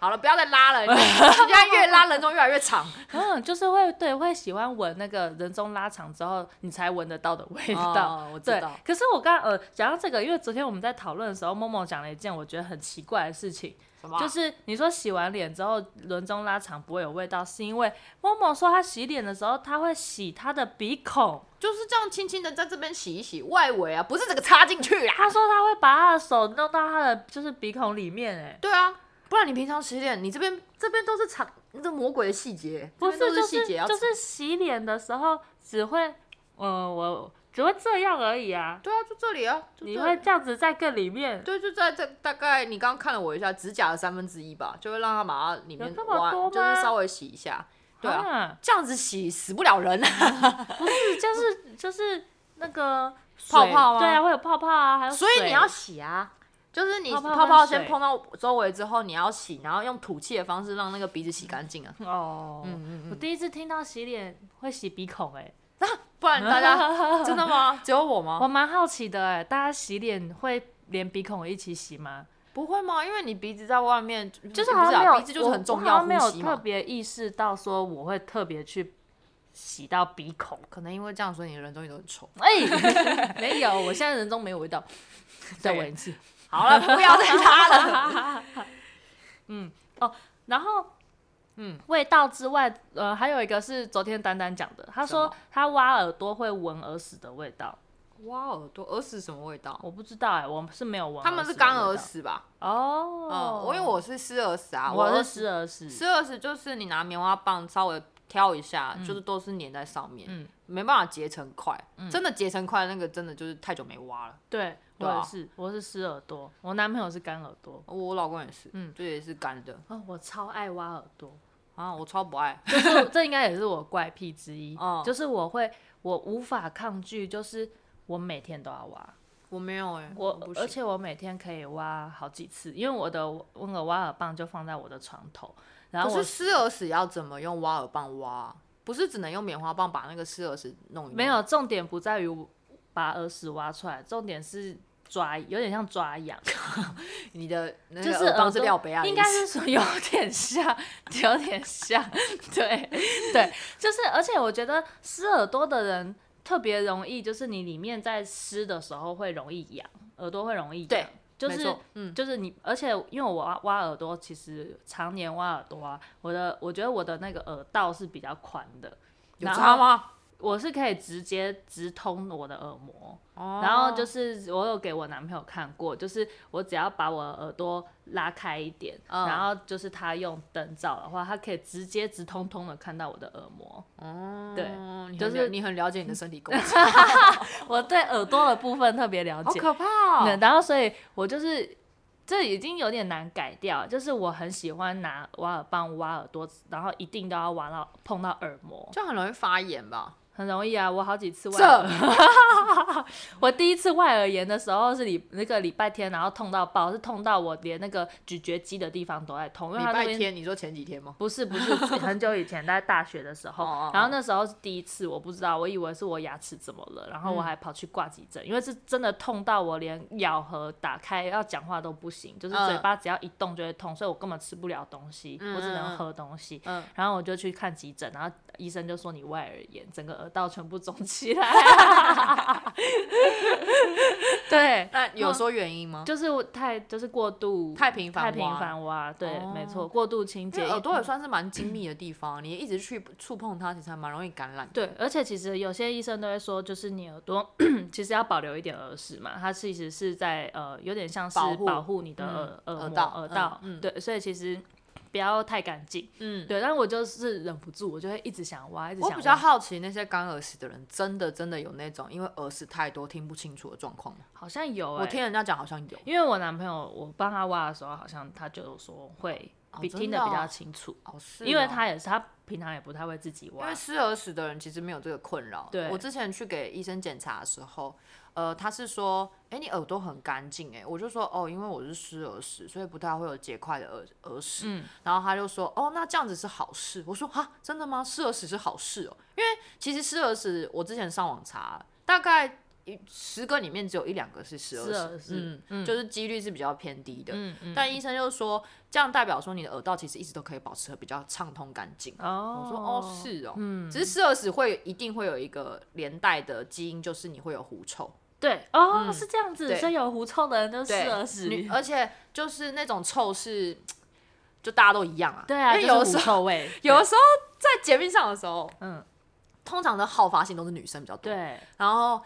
B: 好了，不要再拉 了，你现在越拉人中越来越长。
A: 嗯，就是会对会喜欢闻那个人中拉长之后你才闻得到的味道。
B: 哦我 知
A: 对
B: 道，，
A: 可是我刚呃讲到这个，因为昨天我们在讨论的时候，默默讲了一件我觉得很奇怪的事情，
B: 什么？啊
A: 就是你说洗完脸之后轮中拉长不会有味道，是因为某某说他洗脸的时候他会洗他的鼻孔，
B: 就是这样轻轻的在这边洗一洗外围啊，不是这个插进去啊。
A: 他说他会把他的手弄到他的就是鼻孔里面、哎，
B: 对啊，不然你平常洗脸，你这边这边都是长，这魔鬼的细节，
A: 不
B: 这
A: 是
B: 边都
A: 就是
B: 细节要
A: 就是洗脸的时候只会，嗯，我只会这样而已啊，
B: 对啊，就这里啊，就
A: 你
B: 这
A: 会
B: 里
A: 这样子在更里面，
B: 对，就在这大概你刚刚看了我一下，指甲的三分之一吧，就会让它把它里面
A: 有这么
B: 挖
A: 多吗
B: 就是稍微洗一下。对啊，
A: 啊，
B: 这样子洗死不了人啊！
A: 就是就是那个
B: 泡
A: 水
B: 泡吗
A: 对啊，会有泡泡啊，还有
B: 所以
A: 水
B: 你要洗啊，就是你
A: 泡泡
B: 泡
A: 跟
B: 泡先
A: 水
B: 碰到周围之后，你要洗，然后用吐气的方式让那个鼻子洗干净啊。
A: 哦，
B: 嗯嗯
A: 我第一次听到洗脸会洗鼻孔、哎。
B: 不然 大家真的吗？只有我吗？
A: 我蛮好奇的哎，大家洗脸会连鼻孔一起洗吗？
B: 不会吗？因为你鼻子在外面，
A: 就是
B: 不
A: 好
B: 是
A: 像没
B: 啊
A: 有，
B: 鼻子就是很重
A: 我我好
B: 要，
A: 像没有
B: 呼吸
A: 特
B: 嘛。
A: 别意识到说我会特别去洗到鼻孔。
B: 可能因为这样，所以你的人终于都很 臭。
A: 哎、 没有，我现在人中没有味道。再闻一次。
B: 好了，不要再拉了。
A: 然后，嗯，味道之外，呃，还有一个是昨天丹丹讲的，他
B: 什
A: 说
B: 么
A: 他挖耳朵会闻耳屎的味道，
B: 挖耳朵，耳屎什么味道？
A: 我不知道哎，我是没有闻。
B: 他们是干耳屎吧？嗯，
A: 哦，
B: 我因为我是湿耳屎啊，
A: 我
B: 耳
A: 是
B: 屎
A: 湿耳屎，
B: 湿耳屎就是你拿棉花棒稍微挑一下，就是都是粘在上面，
A: 嗯
B: 没办法结成块，真的结成块那个真的就是太久没挖了。
A: 对，
B: 对
A: 我
B: 啊
A: 也是，我是湿耳朵，我男朋友是干耳朵。
B: 我老公也是，
A: 嗯
B: 嗯，这也是干的
A: 哦，我超爱挖耳 朵，
B: 啊，我超不 爱。
A: 就是这应该也是我怪癖之一，
B: 哦
A: 就是我会我无法抗拒，就是我每天都要挖，
B: 我没有哎、
A: 我
B: 不
A: 而
B: 行。
A: 且我每天可以挖好几次，因为我的温耳挖耳棒就放在我的床头，然后
B: 可
A: 我
B: 是湿耳屎要怎么用挖耳棒挖啊？不是只能用棉花棒把那个吃耳石弄一弄
A: 没有，重点不在于把耳屎挖出来，重点是抓，有点像抓痒，
B: 你的那
A: 就
B: 个
A: 是
B: 耳
A: 耳
B: 棒是
A: 朵
B: 廖北亚的意
A: 应
B: 思，
A: 该是说有点像，有点像，对对，就是，而且我觉得湿耳朵的人特别容易，就是你里面在湿的时候会容易痒，耳朵会容易痒，
B: 对，
A: 就
B: 没
A: 是
B: 错嗯，
A: 就是你，而且因为我挖挖耳朵，其实常年挖耳朵啊，我的我觉得我的那个耳道是比较宽的，
B: 有
A: 然后
B: 差吗？
A: 我是可以直接直通我的耳膜，
B: 哦
A: 然后就是我有给我男朋友看过，就是我只要把我耳朵拉开一点，
B: 嗯
A: 然后就是他用灯照的话，他可以直接直通通的看到我的耳膜。对
B: 哦你
A: 就
B: 很了
A: 是
B: 你很了解你的身体构造，
A: 我对耳朵的部分特别了
B: 好
A: 解，
B: 可怕
A: 对
B: 哦！
A: 然后所以我就是。这已经有点难改掉，就是我很喜欢拿挖耳棒挖耳朵，然后一定都要挖到碰到耳膜，
B: 就很容易发炎吧？
A: 很容易啊。我好几次挖
B: 这
A: 我第一次外耳炎的时候是礼那个礼拜天，然后痛到爆，是痛到我连那个咀嚼肌的地方都在痛，因为
B: 礼
A: 它那
B: 拜
A: 边
B: 天，你说前几天吗？
A: 不是不 是很久以前在大学的时
B: 哦哦哦
A: 候，然后那时候是第一次，我不知道，我以为是我牙齿怎么了，然后
B: 嗯
A: 我还跑去挂急诊，因为是真的痛到我连咬合打开要讲话都不行，就是
B: 嗯
A: 嘴巴只要一动就会痛，所以我根本吃不了东西，
B: 嗯
A: 我只
B: 嗯嗯
A: 能喝东西。
B: 嗯
A: 然后我就去看急诊，然后医生就说你外耳炎，整个耳道全部肿起 来。对，
B: 那有说原因吗？
A: 就是我太就是过度
B: 太频繁嗯
A: 太频
B: 挖
A: 繁挖，对，
B: 哦
A: 没错，过度清
B: 因
A: 洁
B: 为耳朵也算是蛮精密的地方，你一直去触碰它，其实还蛮容易感染。
A: 对，而且其实有些医生都会说，就是你耳朵 其实要保留一点耳屎嘛，它其实是在呃有点像是
B: 保护
A: 保护你的耳、耳
B: 嗯耳
A: 膜
B: 道
A: 耳
B: 嗯
A: 道，
B: 嗯
A: 对，所以其实不要太干净，
B: 嗯，
A: 对，但我就是忍不住，我就会一直想挖，一直
B: 我
A: 想
B: 比较
A: 挖
B: 好奇那些干耳屎的人，真的真的有那种因为耳屎太多听不清楚的状况吗？
A: 好像有、欸，
B: 我听人家讲好像有。
A: 因为我男朋友，我帮他挖的时候，好像他就说会
B: 哦
A: 比
B: 真
A: 听
B: 的
A: 得比
B: 哦
A: 较清楚，
B: 哦，是
A: 因为
B: 哦
A: 他也是他平常也不太会自己
B: 因
A: 挖
B: 为，湿耳屎的人其实没有这个困扰。
A: 啊对
B: 我之前去给医生检查的时候，呃，他是说，哎、你耳朵很干净，哎，我就说，哦，因为我是湿耳屎，所以不太会有结块的耳耳屎。
A: 嗯
B: 然后他就说，哦，那这样子是好事。我说，哈，真的吗？湿耳屎是好事哦，因为其实湿耳屎，我之前上网查，大概。一十个里面只有一两个是湿
A: 湿
B: 耳
A: 耳屎
B: 屎，嗯，
A: 嗯
B: 就是几率是比较偏低的。
A: 嗯嗯，
B: 但医生就说，这样代表说你的耳道其实一直都可以保持得比较畅通干净。
A: 哦，
B: 我说哦，是哦，只是湿耳屎会一定会有一个连带的基因，就是你会有狐臭，
A: 对，哦，是这样子，
B: 嗯对
A: 所以有狐臭的人就是
B: 对
A: 耳屎，
B: 你而且就是那种臭是就大家都一样啊，
A: 对啊，
B: 因为
A: 就
B: 有
A: 是
B: 的时
A: 狐
B: 候
A: 臭味，
B: 有的时候在捷运上的时候，
A: 嗯，
B: 通常的好发性都是女生比较 多，
A: 对，
B: 然后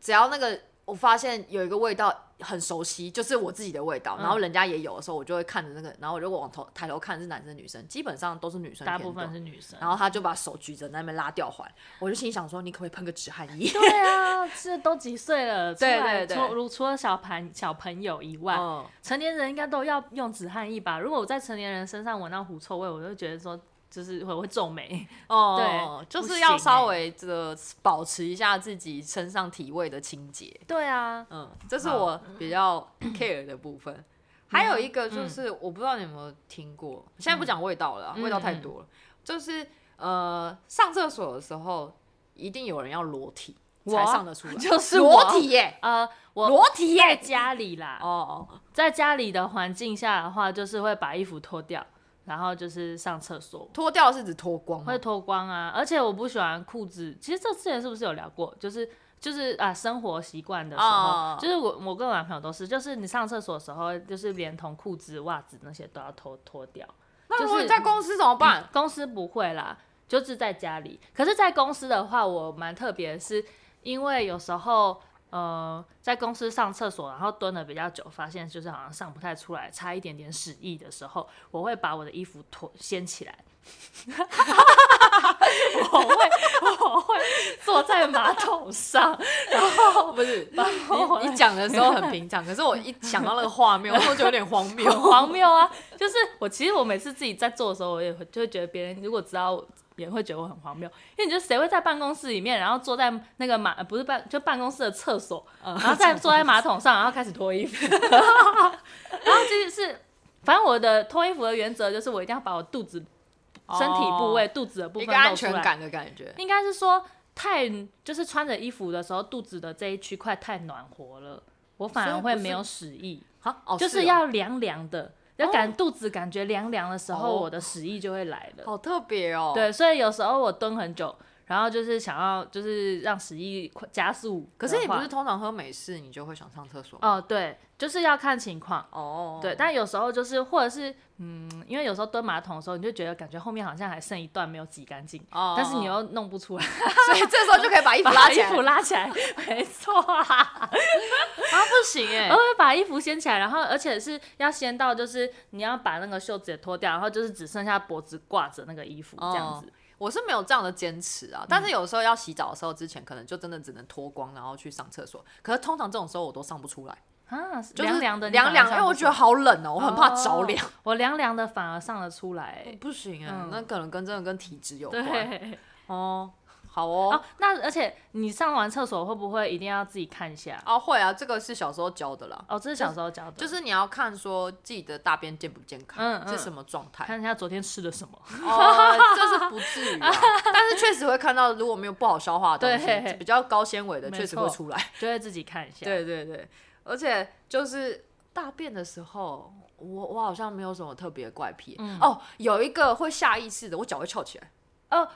B: 只要那个我发现有一个味道很熟悉，就是我自己的味道，
A: 嗯
B: 然后人家也有的时候，我就会看着那个，然后我就往头抬头看是男生女生，基本上都是女生
A: 大
B: 偏
A: 部分
B: 多
A: 是女生，
B: 然后他就把手举着在那边拉吊环，我就心里想说，你可不可以喷个止汗 液？
A: 对啊，这都几岁了，
B: 对
A: 出来
B: 对对
A: 除如除了小朋小朋友以外，
B: 嗯
A: 成年人应该都要用止汗液吧？如果我在成年人身上闻到狐臭味，我就觉得说就是我会皱眉，
B: 哦，
A: 对
B: 就
A: 不
B: 是要
A: 行
B: 稍
A: 欸
B: 微这个保持一下自己身上体味的清洁。
A: 对啊，
B: 嗯，这是我比 较 care 的部分。还有一个就是，我不知道你有没有听过，现在不讲味道了啊，味道太多了。就是呃，上厕所的时候，一定有人要裸体
A: 我
B: 才上得出来，
A: 就是
B: 裸
A: 我
B: 体耶，
A: 呃，我
B: 裸体
A: 在
B: 耶。
A: 家里啦，
B: 哦哦，
A: 在家里的环境下的话，就是会把衣服脱掉，然后就是上厕所，
B: 脱掉是指脱光吗
A: 会？脱光啊。而且我不喜欢裤子，其实这之前是不是有聊过？就是就是啊，生活习惯的时候，
B: 哦
A: 就是我我跟我男朋友都是，就是你上厕所的时候，就是连同裤子、袜子那些都要脱脱掉。
B: 那如
A: 就
B: 果你
A: 是
B: 在公司怎么办？
A: 公司不会啦，就是在家里。可是，在公司的话，我蛮特别，是因为有时候呃，在公司上厕所，然后蹲的比较久，发现就是好像上不太出来，差一点点屎意的时候，我会把我的衣服脱掀起来。 我会， 我会坐在马桶上，
B: 不是，
A: 我
B: 你你讲的时候很平常，可是我一想到那个画面，我会觉得有点荒 谬。
A: 很荒谬啊！就是我其实我每次自己在做的时候，我也会就会觉得别人如果知道我，也会觉得我很荒谬。因为你觉得谁会在办公室里面，然后坐在那个马呃不是办就办公室的厕所，
B: 嗯
A: 然后再坐在马桶上，然后开始脱衣服， 然后其实是反正我的脱衣服的原则就是我一定要把我肚子身体部位、肚子的部
B: 哦一
A: 分
B: 个安
A: 露出
B: 全
A: 来。
B: 感的感觉。
A: 应该是说太就是穿着衣服的时候，肚子的这一区块太暖和了，我反
B: 所
A: 而
B: 以
A: 会
B: 不
A: 没
B: 是
A: 有屎意，
B: 好，哦，
A: 就是是
B: 哦
A: 要凉凉的，要感肚子感觉凉凉的时候，
B: 哦
A: 我的屎意就会来了。
B: 好特别哦。，
A: 对，所以有时候我蹲很久，然后就是想要就是让屎意快加速的话。
B: 可是你不是通常喝美式你就会想上厕所吗？
A: 哦，对，就是要看情况。
B: 哦，
A: 对，但有时候就是，或者是，嗯，因为有时候蹲马桶的时候，你就觉得感觉后面好像还剩一段没有挤干净，
B: 哦，
A: 但是你又弄不出来，
B: 所以这时候就可以把衣服
A: 把
B: 拉
A: 衣
B: 起来，
A: 服拉起来， 没错啊，
B: 啊不行哎
A: 然后会把衣服掀起来，然后而且是要掀到就是你要把那个袖子也脱掉，然后就是只剩下脖子挂着那个衣服这样
B: 哦
A: 子。
B: 我是没有这样的坚持
A: 嗯
B: 啊，但是有时候要洗澡的时候，之前可能就真的只能脱光，然后去上厕所。可是通常这种时候我都上不出来，
A: 啊，
B: 就是
A: 凉凉的，你
B: 凉
A: 反而
B: 凉，因为
A: 上
B: 我
A: 不
B: 觉得
A: 出
B: 好冷哦，我
A: 来
B: 很怕着凉。
A: 哦，我凉凉的反而上得出来、
B: 不行哎、
A: 嗯
B: 那可能跟真的跟体质有关
A: 对，
B: 哦。好哦，
A: 哦，那而且你上完厕所会不会一定要自己看一下？
B: 啊会啊，这个是小时候教的啦，
A: 哦，这是小时候教的，
B: 就是你要看说自己的大便健不健康，
A: 嗯嗯
B: 是什么状态。
A: 看一下昨天吃了什么。
B: 哦，这是不至于、 啊，但是确实会看到，如果没有不好消化的东
A: 对
B: 西，比较高纤维的
A: 没
B: 确实会
A: 错
B: 出来。
A: 就会自己看一下。，
B: 对对对，而且就是大便的时候，我我好像没有什么特别的怪癖、哦。有一个会下意识的，我脚会翘起来。
A: 哦，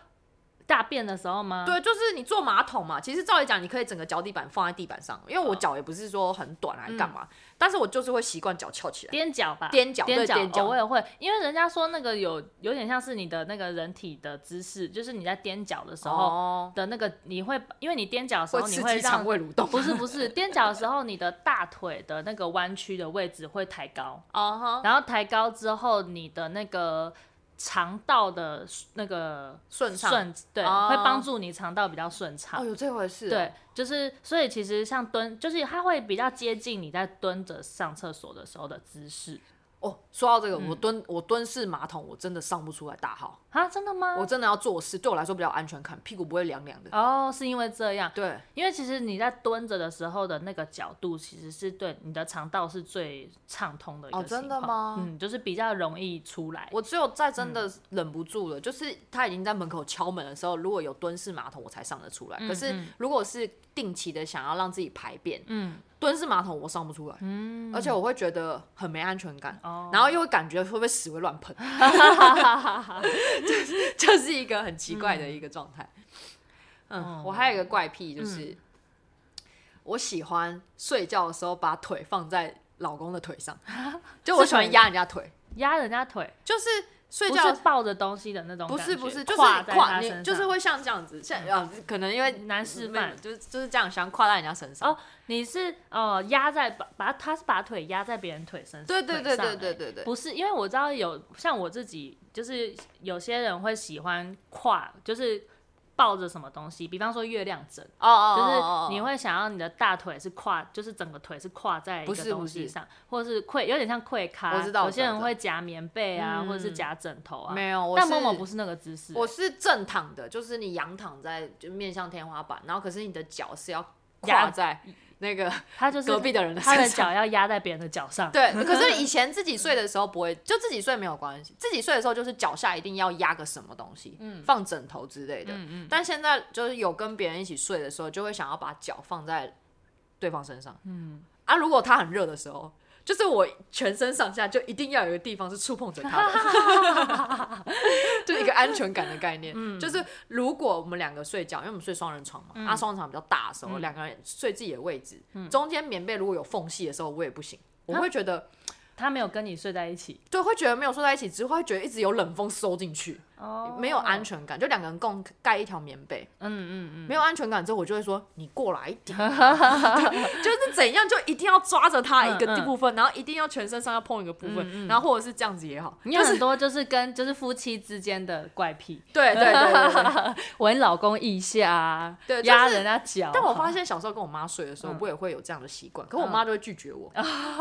A: 大便的时候吗？，
B: 对，就是你坐马桶嘛，其实照理讲，你可以整个脚底板放在地板上，因为我
A: 嗯
B: 脚也不是说很短还干嘛，但是我就是会习惯脚翘起来。
A: 踮脚吧，
B: 踮脚
A: 踮
B: 对踮脚
A: 哦我也会，因为人家说那个有有点像是你的那个人体的姿势，就是你在踮脚的时候
B: 哦，
A: 的那个，你会因为你踮脚的时
B: 会
A: 候，你
B: 刺
A: 会
B: 激肠
A: 让
B: 胃蠕动。
A: 不是不是踮脚的时候，你的大腿的那个弯曲的位置会抬高，
B: 哦哈，
A: 然后抬高之后，你的那个。肠道的那个
B: 顺畅
A: 顺，对，
B: 哦
A: 会帮助你肠道比较顺畅
B: 哦，。有这回事、哦。
A: 对，就是所以其实像蹲，就是它会比较接近你在蹲着上厕所的时候的姿势
B: 哦，说到这
A: 嗯
B: 个，我蹲我蹲式马桶，我真的上不出来大号，
A: 啊，真的吗
B: 我？真的要做事，对我来说比较有安全感，屁股不会凉凉的。
A: 哦，是因为这样，
B: 对，
A: 因为其实你在蹲着的时候的那个角度，其实是对你的肠道是最畅通的一个
B: 哦真
A: 情
B: 的
A: 况
B: 吗
A: 嗯，就是比较容易出来。
B: 我只有在
A: 嗯
B: 真的忍不住了，就是他已经在门口敲门的时候，如果有蹲式马桶，我才上得出来。可是如果是定期的想要让自己排便，
A: 嗯，
B: 蹲式马桶我上不出来，而且我会觉得很没安全感，
A: 哦
B: 然后又会感觉会不会屎会乱喷， 就是就是一个很奇怪的一个状态。嗯，
A: 哦
B: 我还有一个怪癖就是，我喜欢睡觉的时候把腿放在老公的 腿上，就我喜欢压人家腿，
A: 压人家腿，
B: 就是睡
A: 不
B: 觉
A: 是抱着东西的那种
B: 不
A: 感觉，
B: 是不是，就是
A: 跨在他身
B: 你
A: 上，
B: 就是会像这样子，像啊，可能因为
A: 难示范
B: 没有就是就是这样，想跨在人家身上。
A: 哦，你是哦压在把把他是把腿压在别人腿身，
B: 对对
A: 腿
B: 对
A: 上
B: 对
A: 欸
B: 对对对，
A: 不是，因为我知道有像我自己，就是有些人会喜欢跨，就是抱着什么东西，比方说月亮枕，
B: 哦哦，
A: 就是你
B: 会
A: 会想要你的大腿是跨，就是整个腿是跨在一
B: 不
A: 个
B: 是
A: 东
B: 不
A: 西
B: 是
A: 上，或者是跪，有点像跪咖。
B: 我知道
A: 有
B: 我
A: 些
B: 知道
A: 人
B: 我知
A: 会夹棉被啊，或者是
B: 嗯
A: 夹枕头啊。
B: 没有，我
A: 但
B: 是
A: 某某不是那个姿势欸、
B: 我是正躺的，就是你仰躺在就面向天花板，然后可是你的脚是要
A: 压
B: 跨在那个
A: 他就是
B: 隔壁的人的
A: 他的
B: 身上。
A: 脚要压在别人的脚上。
B: 对，可是以前自己睡的时候不会，就自己睡没有关系，自己睡的时候就是脚下一定要压个什么东西，放枕头之类的。但现在就是有跟别人一起睡的时候，就会想要把脚放在对方身上。嗯，啊，如果他很热的时候，就是我全身上下就一定要有一个地方是触碰着他的，就一个安全感的概念。就是如果我们两个睡觉，因为我们睡双人床嘛，啊，双人床比较大的时候，两、个人睡自己的位置，中间棉被如果有缝隙的时候，我也不行。我会觉得，
A: 他没有跟你睡在一起，
B: 对，会觉得没有睡在一起，只会觉得一直有冷风收进去，
A: 哦
B: 没有安全感。就两个人共盖一条棉被，嗯嗯嗯，没有安全感之后，我就会说你过来一 点，对就是怎样就一定要抓着他一
A: 嗯
B: 个
A: 嗯
B: 部分，然后一定要全身上下碰一个部分，然后或者是这样子也好，
A: 你有很多就是跟就是夫妻之间的怪癖。
B: 对对对对对。
A: 闻老公腋下啊，
B: 对就是
A: 压、人家脚啊。
B: 但我发现小时候跟我妈睡的时候，我也会有这样的习惯，可我妈就会拒绝 我，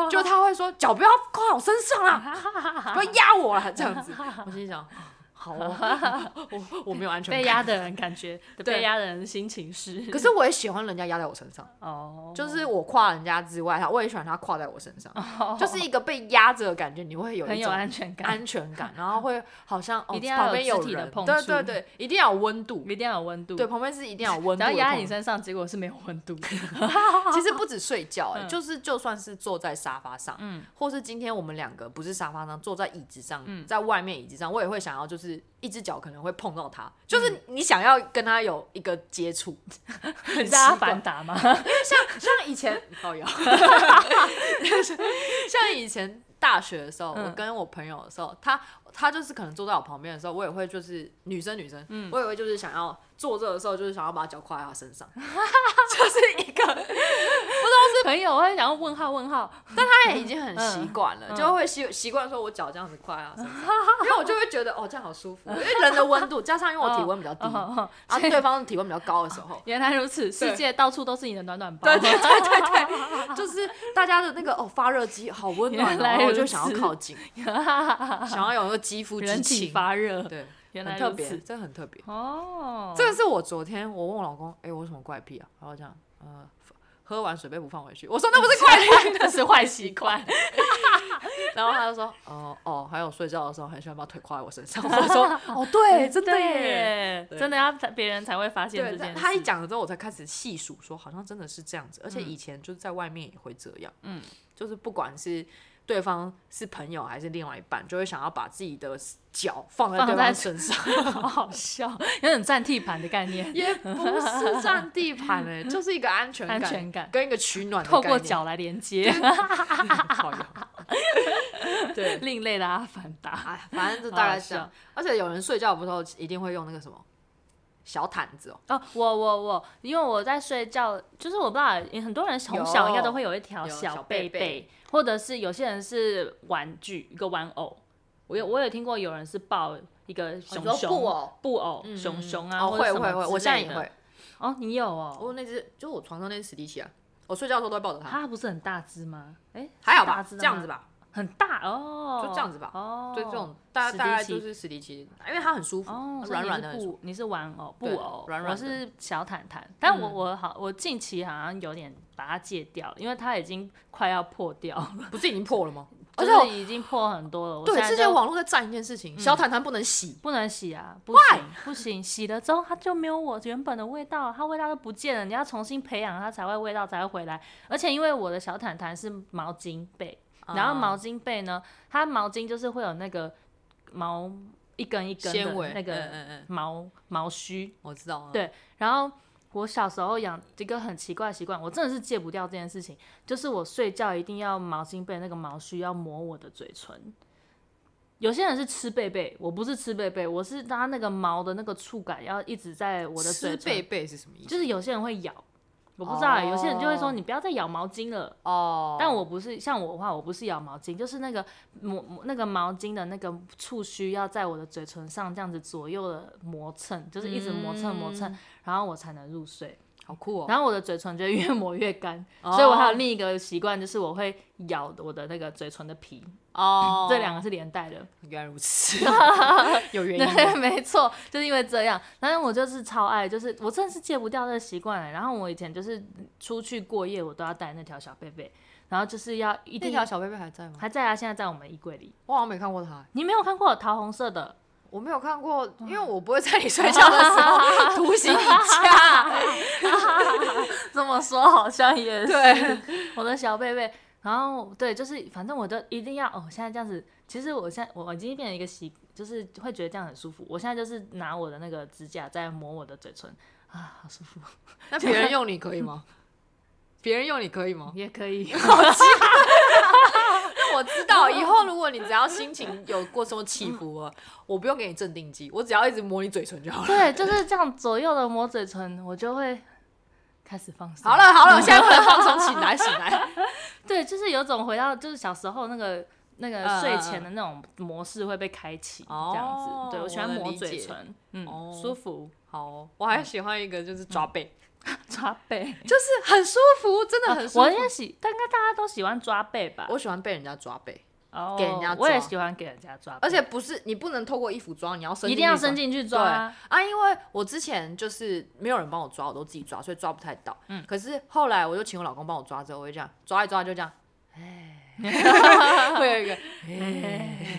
B: 就啊 她会说脚不要跨我身上啦，不要压我啦，这样子。我心里想，好啊， 我我没有安全
A: 被
B: 感。
A: 压的人感觉被压的人的心情是
B: 可是我也喜欢人家压在我身上，
A: 哦，
B: 就是我跨人家之外，他我也喜欢他跨在 我身上，就是一个被压着的感觉，你会有
A: 很
B: 一
A: 有
B: 种
A: 安全感，
B: 安全感，然后会好像哦
A: 一定要
B: 旁边
A: 有
B: 有
A: 肢体的
B: 人，
A: 碰
B: 对
A: 触
B: 对对，一定要有温 度，
A: 一定要有温度。
B: 对，，旁边是一定要有温
A: 只要
B: 度的
A: 压在
B: 碰
A: 你
B: 触。
A: 身上，结 果是没有温 度。
B: 其实不止睡觉、欸，
A: 嗯
B: 就是就算是坐在沙发上，
A: 嗯
B: 或是今天我们两个不是沙发上，坐在椅子上，
A: 嗯
B: 在外面椅子上，我也会想要就是一只脚可能会碰到他，
A: 嗯
B: 就是你想要跟他有一个接触，很
A: 你知道阿
B: 奇怪
A: 凡达吗？
B: 像像以前，哦有， 像以前大学的时候，
A: 嗯
B: 我跟我朋友的时候，他他就是可能坐在我旁边的时候，我也会就是女生女生，
A: 嗯
B: 我也会就是想要坐这的时候，就是想要把脚跨在他 身上，就是一个，
A: 朋友会想要问号问号，
B: 但他也已经很习惯了，
A: 嗯
B: 就会习习惯说我脚这样子跨在他身 上，因为我就会觉得哦这样好舒服，因为人的温度加上因为我体温比较低，然
A: 哦
B: 后对方体温比较高的时候，
A: 原来如此，世界到处都是你的暖暖包。
B: 对对对对对，就是大家的那个哦发热机好温暖、
A: 原
B: 哦，
A: 来
B: 然后我就
A: 如此
B: 想要靠近， 想要有那个肌肤之
A: 人体
B: 情，
A: 发热，
B: 对，
A: 原
B: 很
A: 来
B: 特
A: 如
B: 别，
A: 此。
B: 这很特别。
A: 哦，
B: 这个是我昨天我问我老公，哎、我有什么怪癖啊？然后这样，呃，喝完水杯不放回去，我说那 不是 怪癖，
A: 那是坏习 惯。
B: 然后他 就说，哦、哦，还有睡觉的时候很喜欢把腿跨在我身 上，我说，哦对，真的耶。
A: 耶
B: 对
A: 真的要别人才会发现
B: 对
A: 这，件事。
B: 他一讲了之后，我才开始细数，说好像真的是这样子，而且以前就是在外面也会这样，
A: 嗯，
B: 就是不管是对方是朋友还是另外一半，就会想要把自己的脚放在
A: 放
B: 对
A: 在
B: 方身上，
A: 好好笑，有点占地盘的概念，
B: 也不是占地盘 哎、就是一个安全感，
A: 安全感
B: 跟一个取暖的
A: 透过
B: 概念，
A: 脚来连接，
B: 靠腰对。
A: 另类的阿凡达。
B: 哎，反正就大概
A: 好
B: 是这样
A: 笑。
B: 而且有人睡觉不是一定会用那个什么小毯子哦，
A: 哦，我我我，因为我在睡觉，就是我不知道，很多人从小
B: 有
A: 应该都会有一条
B: 有
A: 小
B: 小
A: 贝
B: 贝
A: 贝
B: 贝，
A: 或者是有些人是玩具一个玩偶，我有我有听过有人是抱一个熊
B: 哦你说
A: 熊
B: 布偶
A: 哦布偶
B: 嗯
A: 熊熊啊，
B: 哦，
A: 或者
B: 会
A: 什么
B: 会会，
A: 之
B: 我现在
A: 类
B: 也
A: 的
B: 会。
A: 哦，你有哦，
B: 我那只就我床上那只史迪奇啊，我睡觉的时候都会抱着它，
A: 它不是很大只吗？哎，
B: 还好
A: 大
B: 吧，
A: 只
B: 这
A: 的
B: 样
A: 吗
B: 子吧，
A: 很大哦，
B: 就这样子吧
A: 哦，
B: 对，这种大
A: 史
B: 大概
A: 迪奇
B: 就是史迪奇，因为它很舒服
A: 哦，，所以
B: 软
A: 你
B: 软
A: 是
B: 的很舒服。
A: 布，你是玩偶布
B: 对
A: 偶，
B: 软软
A: 我
B: 的嗯
A: 是小毯毯，但我我好，我近期好像有点把它戒掉了，因为它已经快要破掉了，
B: 不是已经破了吗？而
A: 就
B: 且我
A: 是已经破很多了。我
B: 对
A: 现在
B: 之前
A: 就嗯
B: 网络在赞一件事情，小毯毯不能洗，
A: 不能洗啊，不行不行，洗了之后它就没有我原本的味道，它味道都不见了，你要重新培养它才会味道才会回来。而且因为我的小毯毯是毛巾被，然后
B: 啊
A: 毛巾被呢，它毛巾就是会有那个毛一根一根的
B: 纤维
A: 那
B: 嗯
A: 个
B: 嗯嗯，
A: 毛毛须，
B: 我知道啊。
A: 对然后我小时候养一个很奇怪的习惯，我真的是戒不掉这件事情，就是我睡觉一定要毛巾被那个毛须要抹我的嘴唇。有些人是吃贝贝，我不是吃贝贝，我是它那个毛的那个触感要一直在我的嘴
B: 吃
A: 唇，
B: 贝贝是什么意思？
A: 就是有些人会咬，我不知道欸、有些人就会说
B: 哦
A: 你不要再咬毛巾了。
B: 哦，
A: 但我不是像我的话，我不是咬毛巾，就是那个抹抹那个毛巾的那个触须要在我的嘴唇上这样子左右的磨蹭，就是一直磨蹭磨
B: 嗯
A: 蹭，然后我才能入睡。
B: 好酷哦。
A: 然后我的嘴唇就会越 磨越干，
B: 哦
A: 所以我还有另一个习惯，就是我会咬我的那个嘴唇的皮，
B: 哦，
A: 这两个是连带的。
B: 原来如 此，有原因的。
A: 对， 没错，就是因为这样。然后我就是超爱，就是我真的是戒不掉这个习惯欸了。然后我以前就是出去过夜，我都要带那条小贝贝，然后就是要一
B: 那
A: 定
B: 条
A: 要
B: 小贝贝还在吗？
A: 还在啊，现在在我们衣柜里。
B: 我好像没看过它、
A: 你没有看过桃红色 的？
B: 我没有看过，因为我不会在你睡觉的时 候图形你家。
A: 这么说好像也是
B: 对，
A: 我的小贝贝。然后对，就是反正我都一定要哦，现在这样子。其实我现在我已经变成一个习，就是会觉得这样很舒服。我现在就是拿我的那个指甲在磨我的嘴唇啊，好舒服，
B: 那别人用你可以吗？别人用你可以吗？
A: 也可以。
B: 那我知道，以后如果你只要心情有过什么起伏啊，我不用给你镇定剂，我只要一直摸你嘴唇就好 了。
A: 对，就是这样左右的磨嘴唇，我就会开始放松。
B: 好，了好了，我现在不能放松，醒来醒 来。
A: 对，就是有种回到就是小时候那个那个
B: 嗯
A: 睡前的那种模式会被开启，
B: 哦
A: 这样子。对我喜欢
B: 我能
A: 磨
B: 理解
A: 嘴唇，嗯，
B: 哦
A: 舒服，
B: 好哦，我还喜欢一个就是抓背，
A: 抓背。
B: 就是很舒服，真的很舒服。
A: 我也喜，但应该大家都喜欢抓背吧？
B: 我喜欢被人家抓背，
A: 哦
B: 给人家抓
A: 我也喜欢给人家抓包，
B: 而且不是你不能透过衣服抓，你要伸
A: 一定要
B: 去抓
A: 伸进去抓啊。
B: 啊，因为我之前就是没有人帮我抓，我都自己抓，所以抓不太到。嗯，可是后来我就请我老公帮我抓，之后我就这样抓一抓就 这样，哎，会有一个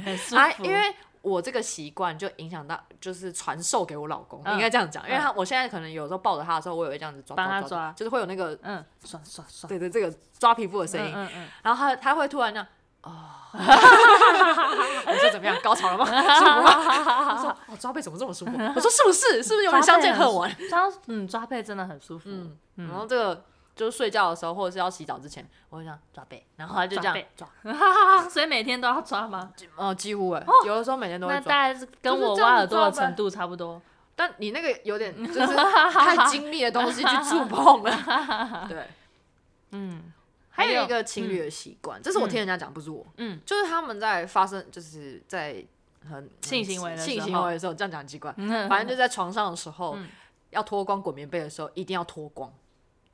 A: 很舒
B: 啊，
A: 服
B: 因为我这个习惯就影响到，就是传授给我老公，
A: 嗯
B: 应该这样讲，因为他我现在可能有时候抱着他的时候，我也会这样子抓，
A: 帮他
B: 抓
A: 抓
B: 就是会有那个
A: 嗯，爽爽爽，
B: 对对这个抓皮肤的声
A: 嗯
B: 音，
A: 嗯嗯，
B: 然后他他会突然这样。哦， 你说怎么样？高潮 了吗？舒服吗？他说：“哦，抓背怎么这么舒 服？”我说：“是不是？是不是有点相见恨晚？”
A: 抓嗯抓背真的很舒服，
B: 嗯，
A: 嗯
B: 然后这个就是睡觉的时候，或者是要洗澡之前，我会这样抓背，然后他就这样抓，
A: 啊所以每天都要抓吗？
B: 哦，几乎哎、有的时候每天都
A: 那
B: 会
A: 大
B: 抓，
A: 概是跟
B: 就是
A: 我
B: 这样
A: 挖
B: 子
A: 耳朵的
B: 抓吧
A: 程度差不多。
B: 但你那个 有点就是太精密的东西去触碰了， 对。
A: 嗯，
B: 还
A: 还
B: 有
A: 有
B: 一个嗯情侣的习惯，这是我听人家讲，不是我，
A: 嗯，
B: 就是他们在发生，就是在很
A: 性行为的时候
B: 性行为的时候，这样讲很奇怪， 反正就在床上的时候，要脱光滚棉被的时候，一定要脱光。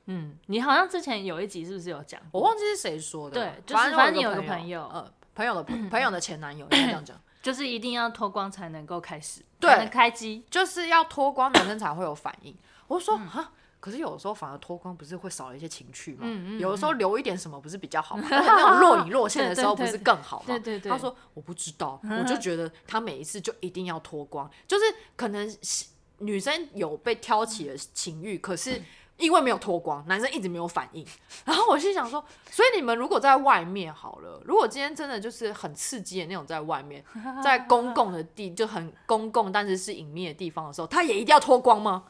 A: 嗯，你好像之前有一集是不是有讲
B: 我
A: 过？
B: 忘记是谁说的了，
A: 对就是
B: 反
A: 反正你有个
B: 朋
A: 朋友
B: 呃，朋友的 朋朋友的前男友，应该这 样讲，
A: 就是一定要脱光才能够开始，
B: 对
A: 才能开机。
B: 就是要脱光男生才会有反应。我说
A: 嗯
B: 啊，可是有的时候反而脱光不是会少了一些情趣吗？
A: 嗯
B: 有的时候留一点什么不是比较 好吗？而且那种若隐若现的时候不是更好吗？
A: 对对对对嗯
B: 他说我不知道，我就觉得他每一次就一定要脱光，就是可能是女生有被挑起的情
A: 嗯
B: 欲，可是。因为没有脱光，男生一直没有反应。然后我心想说，所以你们如果在外面好了，如果今天真的就是很刺激的那种，在外面，在 公共的地就很公共，但是是隐秘的地方的时候，他也一定要脱光吗？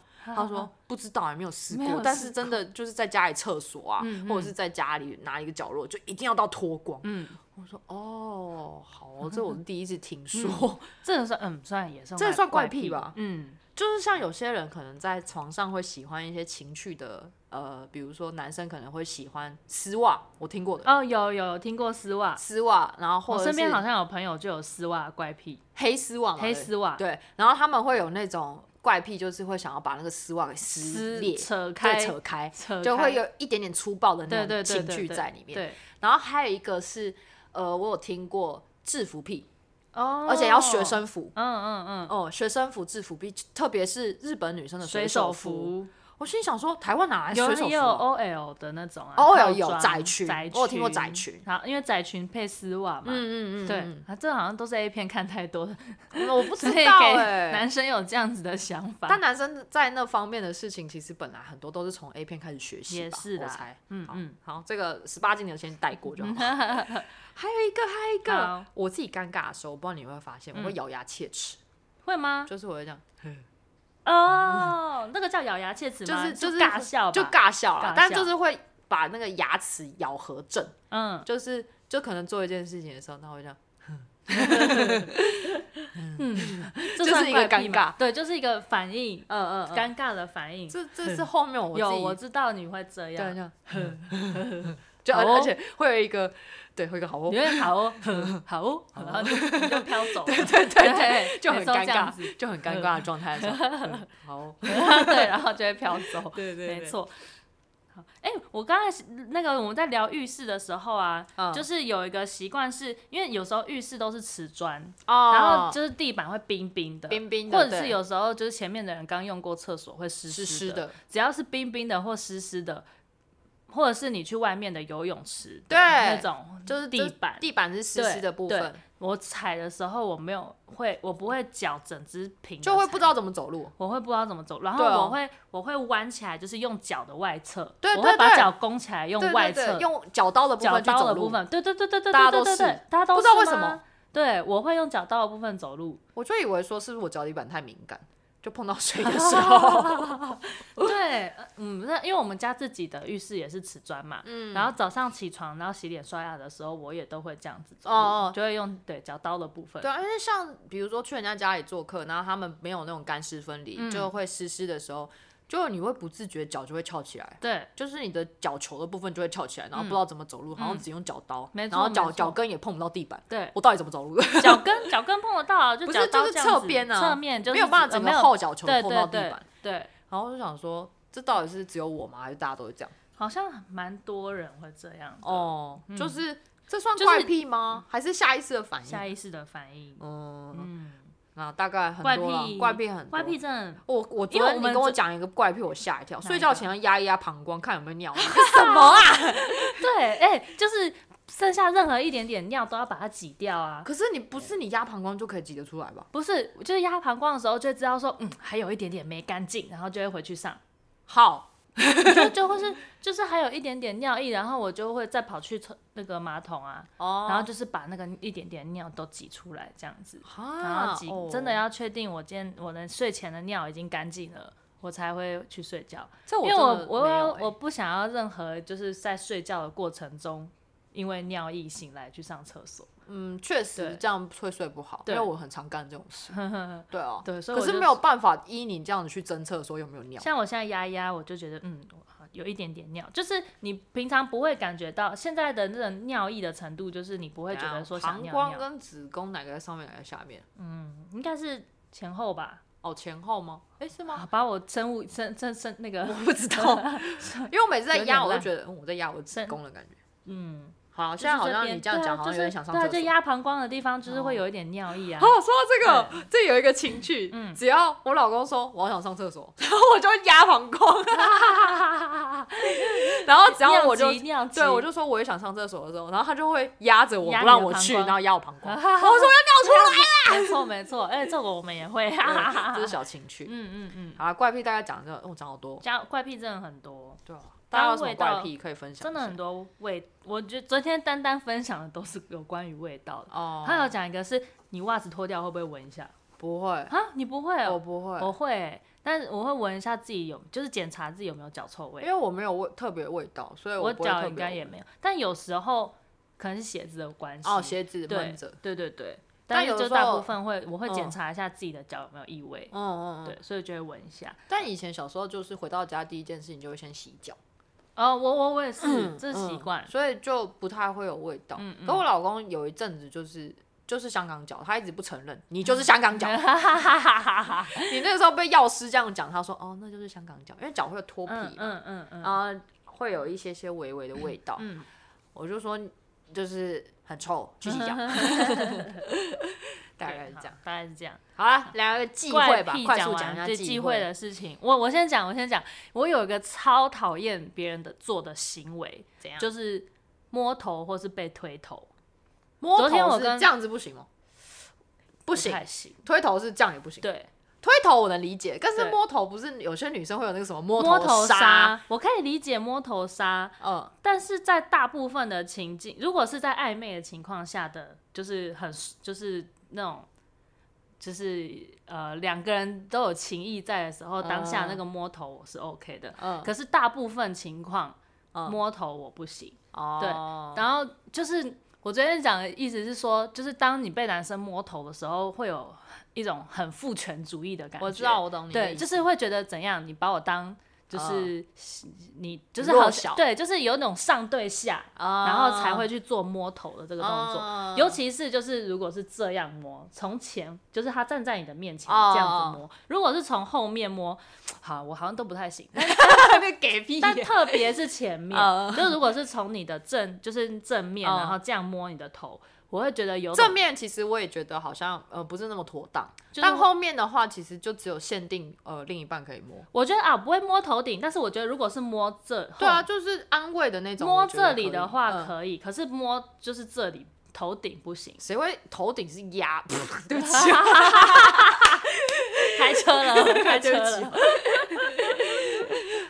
B: 他说不知道，也啊没有试
A: 没有
B: 过
A: 试，
B: 但是真的就是在家里厕所啊，或者是在家里哪一个角落，就一定要到脱光。
A: 嗯，
B: 我说哦，好哦，这我是第一次听说，
A: 这个算嗯算也算
B: 这
A: 怪
B: 算怪
A: 癖
B: 癖吧
A: 嗯，
B: 就是像有些人可能在床上会喜欢一些情趣的，呃，比如说男生可能会喜欢丝袜，我听过的
A: 哦，有有有听过丝袜，
B: 丝袜，然后或
A: 我
B: 者
A: 哦身边好
B: 是
A: 像有朋友就有丝袜怪癖，
B: 黑丝袜嘛，
A: 黑
B: 对
A: 丝袜，
B: 对，然后他们会有那种怪癖，就是会想要把那个丝袜给撕
A: 撕
B: 裂、
A: 扯开，
B: 对扯开，
A: 扯
B: 就
A: 开
B: 会有一点点粗暴的
A: 对
B: 那
A: 对
B: 种
A: 对
B: 情
A: 对
B: 趣
A: 对
B: 在里面。
A: 对
B: 然后还有一个是，呃，我有听过制服癖，
A: 哦，
B: 而且要学，生服。
A: 嗯嗯
B: 哦，学生服、制服癖，特别是日本女生的
A: 嗯，水
B: 手
A: 手
B: 服。
A: 服，
B: 我心想说，台湾哪来
A: 有
B: 水
A: 人
B: 手
A: 也
B: 服
A: 有哦
B: 啊？
A: OL 的那种啊
B: OL
A: 套
B: 有
A: 装
B: 窄裙
A: 窄裙，
B: 我有听过窄裙
A: 好，因为窄裙配丝袜嘛，
B: 嗯嗯嗯，
A: 对
B: 嗯，
A: 啊，这好像都是 A 片看太多 了，
B: 嗯我不知
A: 所以
B: 道
A: 给
B: 哎、
A: 男生有这样子的想法。
B: 但男生在那方面的事情，其实本来很多都是从 A 片开始学习吧，
A: 也是
B: 我
A: 啦
B: 猜。
A: 嗯
B: 好
A: 嗯，
B: 好，这个十八禁的先带过就好。还有一个，还有一个
A: 好，嗯
B: 我自己尴尬的时候，我不知道你有没有发现，我会咬牙切齿，
A: 会吗？
B: 就是我会这样，
A: 哦，那个叫咬牙切齿
B: 就
A: 吗？
B: 是就是
A: 尬笑吧，
B: 就尬笑
A: 尬
B: 啦
A: 笑，
B: 但就是会把那个牙齿咬合正，
A: 嗯
B: 就是就可能做一件事情的时候，那我会这样，
A: 嗯，这
B: 就是
A: 算
B: 一个
A: 怪癖
B: 尴
A: 吗
B: 尬，
A: 对，就是一个反应，
B: 嗯嗯，
A: 尴尬的反应。
B: 这这是后面我
A: 嗯有，
B: 自己
A: 我知道你会这
B: 对这
A: 样，
B: 样，就而
A: 好哦
B: 而且会有一个对会有一 个好哦
A: 你会 好哦，好哦，
B: 嗯
A: 然后就你就飘走了，对对对
B: 就很尴，
A: 每次都
B: 尬，就很尴尬的状态的时候，嗯好 哦，
A: 这样子对，然后就会飘走。
B: 对
A: 没，错。好，哎、我刚才那个我们在聊浴室的时候啊，
B: 嗯
A: 就是有一个习惯是，因为有时候浴室都是瓷砖，
B: 哦，
A: 然后就是地板会冰冰的，
B: 冰冰的
A: 或者是
B: 对
A: 有时候就是前面的人刚用过厕所会湿
B: 湿
A: 湿
B: 湿
A: 的，
B: 的，
A: 只要是冰冰的或湿湿的，或者是你去外面的游泳池的
B: 对
A: 那种
B: 就是
A: 地板，
B: 地板是湿湿的部
A: 对
B: 分
A: 对，我踩的时候我没有会，我不会脚整只平，
B: 就会不知。道怎么走路。
A: 我会不知道怎么走，然后
B: 对哦
A: 我会、我会弯起来，就是用脚的外侧，
B: 对
A: 我
B: 对
A: 会把
B: 对
A: 脚弓起来，用
B: 对
A: 外
B: 对
A: 侧
B: 对，用脚刀的部
A: 脚
B: 分去
A: 刀
B: 走
A: 的部
B: 路。
A: 分，对对对对对，
B: 大家
A: 对
B: 都
A: 对
B: 是
A: 对大家都
B: 不知道
A: 是
B: 为什
A: 吗
B: 么，
A: 对我会用脚刀的部分走 路，
B: 我就以为说是不是我脚底板太敏感，就碰到水的 时候，
A: 对，呃嗯，那因为我们家自己的浴室也是瓷砖嘛，
B: 嗯
A: 然后早上起床，然后洗脸刷牙的时候，我也都会这样子走路，
B: 哦哦
A: 就会用对脚刀的部分
B: 对，啊，因为像比如说去人家家里做客，然后他们没有那种干湿分离，就会湿湿的时候，就你会不自觉脚就会翘起来，
A: 对，
B: 就是你的脚球的部分就会翘起来，然后不知道怎么走路，好像只用脚刀，
A: 没错
B: 然后脚
A: 没错
B: 脚跟也碰不到地板，
A: 对
B: 我到底怎么走路？
A: 脚跟脚跟碰得到啊，就
B: 不
A: 脚
B: 是
A: 刀
B: 就是
A: 这样
B: 侧
A: 子
B: 边啊，
A: 侧面就是
B: 没有办法
A: 呃
B: 整
A: 没
B: 个
A: 有
B: 后脚球
A: 对
B: 碰到
A: 对
B: 地
A: 对
B: 板，
A: 对，
B: 然后我就想说，这到底是只有我吗？还是大家都会这样？
A: 好像蛮多人会这样的，
B: 哦，就是这算
A: 就是
B: 怪癖吗？还是下意识的反应？
A: 下意识的反应。
B: 嗯，
A: 嗯，
B: 那大概很
A: 怪
B: 多了
A: 癖，
B: 怪癖很多
A: 怪癖。症，
B: 我我昨
A: 因为
B: 天
A: 我
B: 你
A: 们
B: 跟我
A: 这
B: 讲一个怪癖，我吓一跳。
A: 哪一
B: 睡觉
A: 个
B: 前要压一压膀胱，看有没 有尿。什么啊？
A: 对，哎、就是剩下任何一点点尿都要把它挤掉啊。
B: 可是你不是你压膀胱就可以挤得出来吧？
A: 不是，就是压膀胱的时候就会知道说，嗯，还有一点点没干净，然后就会回去上，
B: 好，
A: 就就会是就是还有一点点尿意，然后我就会再跑去冲那个马桶啊，
B: 哦
A: 然后就是把那个一点点尿都挤出来这样子，然
B: 啊
A: 后挤、真的要确定我今天我的睡前的尿已经干净了，我才会去睡觉。
B: 这
A: 因
B: 我
A: 为
B: 真
A: 我
B: 的
A: 我
B: 没有
A: 要
B: 欸
A: 我不想要任何就是在睡觉的过程中因为尿意醒来去上厕所，
B: 嗯，确实
A: 对
B: 这样会睡不好，
A: 对
B: 因为我很常干这种 事。对啊，
A: 对，所以
B: 可
A: 我
B: 是
A: 就
B: 没有办法依你这样子去侦测说有没有尿。
A: 像我现在压一压，我就觉得嗯，我好有一点点尿，就是你平常不会感觉到现在的那种尿意的程度，就是你不会觉得说
B: 怎样
A: 想
B: 啊膀
A: 尿
B: 胱
A: 尿，
B: 跟子宫哪个在上面，哪个在下面？
A: 应该是前后吧。
B: 哦，前后吗？哎，是吗？
A: 啊，把我生物生生生那个
B: 我不知道， 因为我每次在
A: 有点
B: 压，我都
A: 烂
B: 觉得嗯我在压我子
A: 是
B: 宫的感觉。
A: 嗯，
B: 好，
A: 就
B: 现在
A: 是
B: 好像
A: 边
B: 你这样
A: 对啊
B: 讲，好像有点想上
A: 就
B: 厕
A: 是
B: 所。
A: 对啊，就压膀胱的地方就是会有一点尿意啊。
B: 哦，说到这个，这有一个情趣，
A: 嗯
B: 只要我老公说我好想上厕所， 然后我就压膀胱， 然后只要我就
A: 尿急尿急
B: 对 我就说我也想上厕所的时候，然后他就会压着我
A: 压你
B: 不
A: 的
B: 让我去，
A: 膀胱
B: 然后压我膀 胱，
A: 没错没错，哎，这个我们也会，哈哈哈
B: 对这是小情趣。
A: 嗯嗯
B: 好啦，怪癖大概讲这个，哦，讲好多
A: 嗯，，加怪癖真的很多，
B: 对啊，大家有什么怪
A: 味
B: 癖可以分享
A: 真
B: 一下？
A: 的很多味。我觉得昨天丹丹分享的都是有关于味道的。
B: 哦，
A: 他有讲一个是你袜子脱掉会不会闻一下
B: 不会，
A: 啊？你不会
B: 我
A: 哦，
B: 不
A: 我
B: 会，
A: 会欸，但是我会闻一下自己有，就是检查自己有没有脚臭
B: 因
A: 味。
B: 为我没有味特别味道，所以
A: 我
B: 不会特
A: 脚
B: 别
A: 应该也
B: 闻
A: 没有，但有时候可能是鞋子的关系。啊
B: 哦，鞋子
A: 对
B: 闷着，
A: 对对对，
B: 但
A: 但是
B: 有
A: 就
B: 时
A: 大
B: 候
A: 部分会，我会检
B: 嗯
A: 查一下自己的脚有没有异味。
B: 嗯嗯嗯，
A: 对，所以就会闻一下。
B: 但以前小时候就是回到家第一件事情就会先洗脚，
A: 哦，我我我也是，这是习
B: 嗯
A: 惯。
B: 所以就不太会有味道。
A: 嗯嗯
B: 可我老公有一阵子就是就是香港脚，他一直不承认你就是香 港脚。你那个时候被药师这样讲，他说哦那就是香港脚，因为脚会有脱皮
A: 嗯
B: 嘛，
A: 嗯嗯嗯，
B: 啊、会有一些些微微的味道。
A: 嗯
B: 我就说就是很臭，去洗 脚。 大概是
A: 对
B: 这样
A: 好。大概是这样。
B: 好了，聊一个忌讳
A: 怪
B: 吧，
A: 癖
B: 快
A: 讲
B: 速讲
A: 完
B: 一下
A: 对
B: 忌
A: 忌讳的事情，我我先讲，我先讲，我有一个超讨厌别人的做的行为，
B: 怎样？
A: 就是摸头或是被推头，
B: 摸
A: 昨天
B: 头
A: 我
B: 是
A: 跟
B: 这样子不行吗？不
A: 不
B: 行，
A: 太行。
B: 推头是这样也不行。
A: 对，
B: 推头我能理解，但是
A: 对
B: 摸头不是有些女生会有那个什么摸
A: 摸
B: 头
A: 头
B: 杀？
A: 杀，我可以理解摸头杀，
B: 嗯，
A: 但是在大部分的情境，如果是在暧昧的情况下的，就是很就是那种，就是呃两个人都有情谊在的时候，当下那个摸头我是 OK 的。
B: 嗯
A: 可是大部分情况、
B: 嗯
A: 摸头我不行。
B: 哦，
A: 然后就是我昨天讲的意思是说，就是当你被男生摸头的时候，会有一种很父权主义的感觉。
B: 我知道，我懂你的
A: 对，
B: 意思。哦
A: 就是会觉得怎样，你把我当就是、你就是
B: 弱
A: 好
B: 小
A: 像对，就是有那种上对下，
B: 啊
A: 然后才会去做摸头的这
B: 这
A: 个动作。
B: 哦
A: 尤其是就是如果是这样摸，从前就是他站在你的面前
B: 哦
A: 这样子摸，如果是从后面摸，好，我好像都不太 行。但
B: 特别给屁
A: 但特别是前面
B: 嗯，
A: 就如果是从你的正就是正面，
B: 嗯
A: 然后这样摸你的头，我会觉得有
B: 正
A: 种
B: 面其实我也觉得好像呃不是那么妥当，
A: 就是
B: 但后面的话其实就只有限定呃另一半可以摸。
A: 我觉得啊，不会摸头顶，但是我觉得如果是摸这，
B: 对啊，就是安慰的那种。
A: 摸
B: 我觉得
A: 这里的话
B: 可以，嗯，
A: 可以，可是摸就是这里头顶不行
B: 谁会头顶是压？ 对不起，
A: 开车了， 开车
B: 对不起
A: 了。。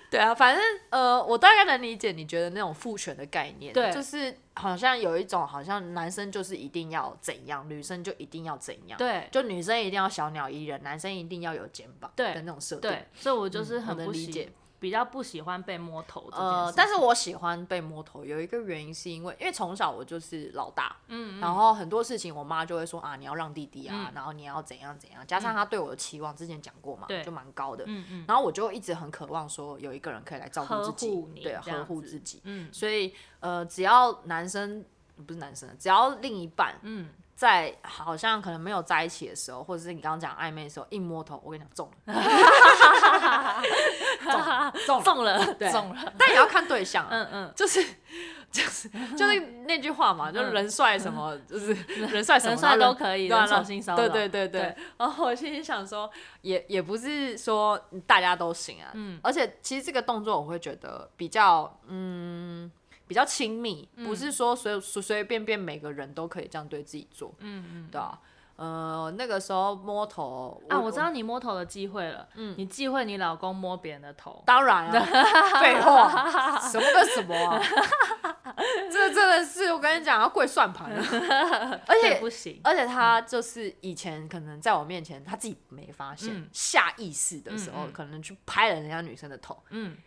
B: 对啊，反正呃，我大概能理解你觉得那种父权的概念，
A: 对
B: 就是好像有一种好像男生就是一定要怎样，女生就一定要怎样，，
A: 对
B: 就女生一定要小鸟依人，男生一定要有肩膀，
A: 对
B: 的那种设定。
A: 对，所以我就是
B: 嗯我
A: 很
B: 能
A: 不
B: 理解
A: 喜，比较不喜欢被摸头这件事
B: 呃，
A: 情。
B: 但是我喜欢被摸头，有一个原因是因为，因为从小我就是老大，
A: 嗯
B: 然后很多事情我妈就会说啊，你要让弟弟啊，
A: 嗯
B: 然后你要怎样怎样，加上她对我的期望，之前讲过嘛，
A: 对
B: 就蛮高的，
A: 嗯嗯
B: 然后我就一直很渴望说有一个人可以来照顾自己，
A: 呵护你
B: 对，
A: 这样
B: 呵护
A: 子
B: 自己。
A: 嗯
B: 所以呃，只要男生不是男生，只要另一半
A: 嗯，
B: 在好像可能没有在一起的时候，或者是你刚刚讲暧昧的时候，一摸头，我跟你讲中了， 中了
A: 中了，
B: 对
A: 中了，
B: 但也要看对象啊、
A: 嗯嗯，
B: 就是就是就是那句话嘛，就是人帅什么，就是人帅什么
A: 嗯人帅都
B: 然后
A: 可以，
B: 对啊
A: 人手心骚扰，
B: 对对对对
A: 对。
B: 然后我心里想说，也也不是说大家都行啊，
A: 嗯
B: 而且其实这个动作我会觉得比较嗯。比较亲密，
A: 嗯
B: 不是说随随随便便每个人都可以这样对自己做，
A: 嗯嗯。
B: 对啊，呃，那个时候摸头
A: 啊，我知道你摸头的机会了，
B: 嗯
A: 你忌讳你老公摸别人的头，
B: 当 然啊，废话，什么跟什么啊？ 这真的是我跟你讲，要跪算盘啊！ 而
A: 对
B: 且呃
A: 不行，
B: 而且他就是以前可能在我面前他自己没发现，
A: 嗯
B: 下意识的时候
A: 嗯嗯
B: 可能去拍了人家女生的头。
A: 嗯，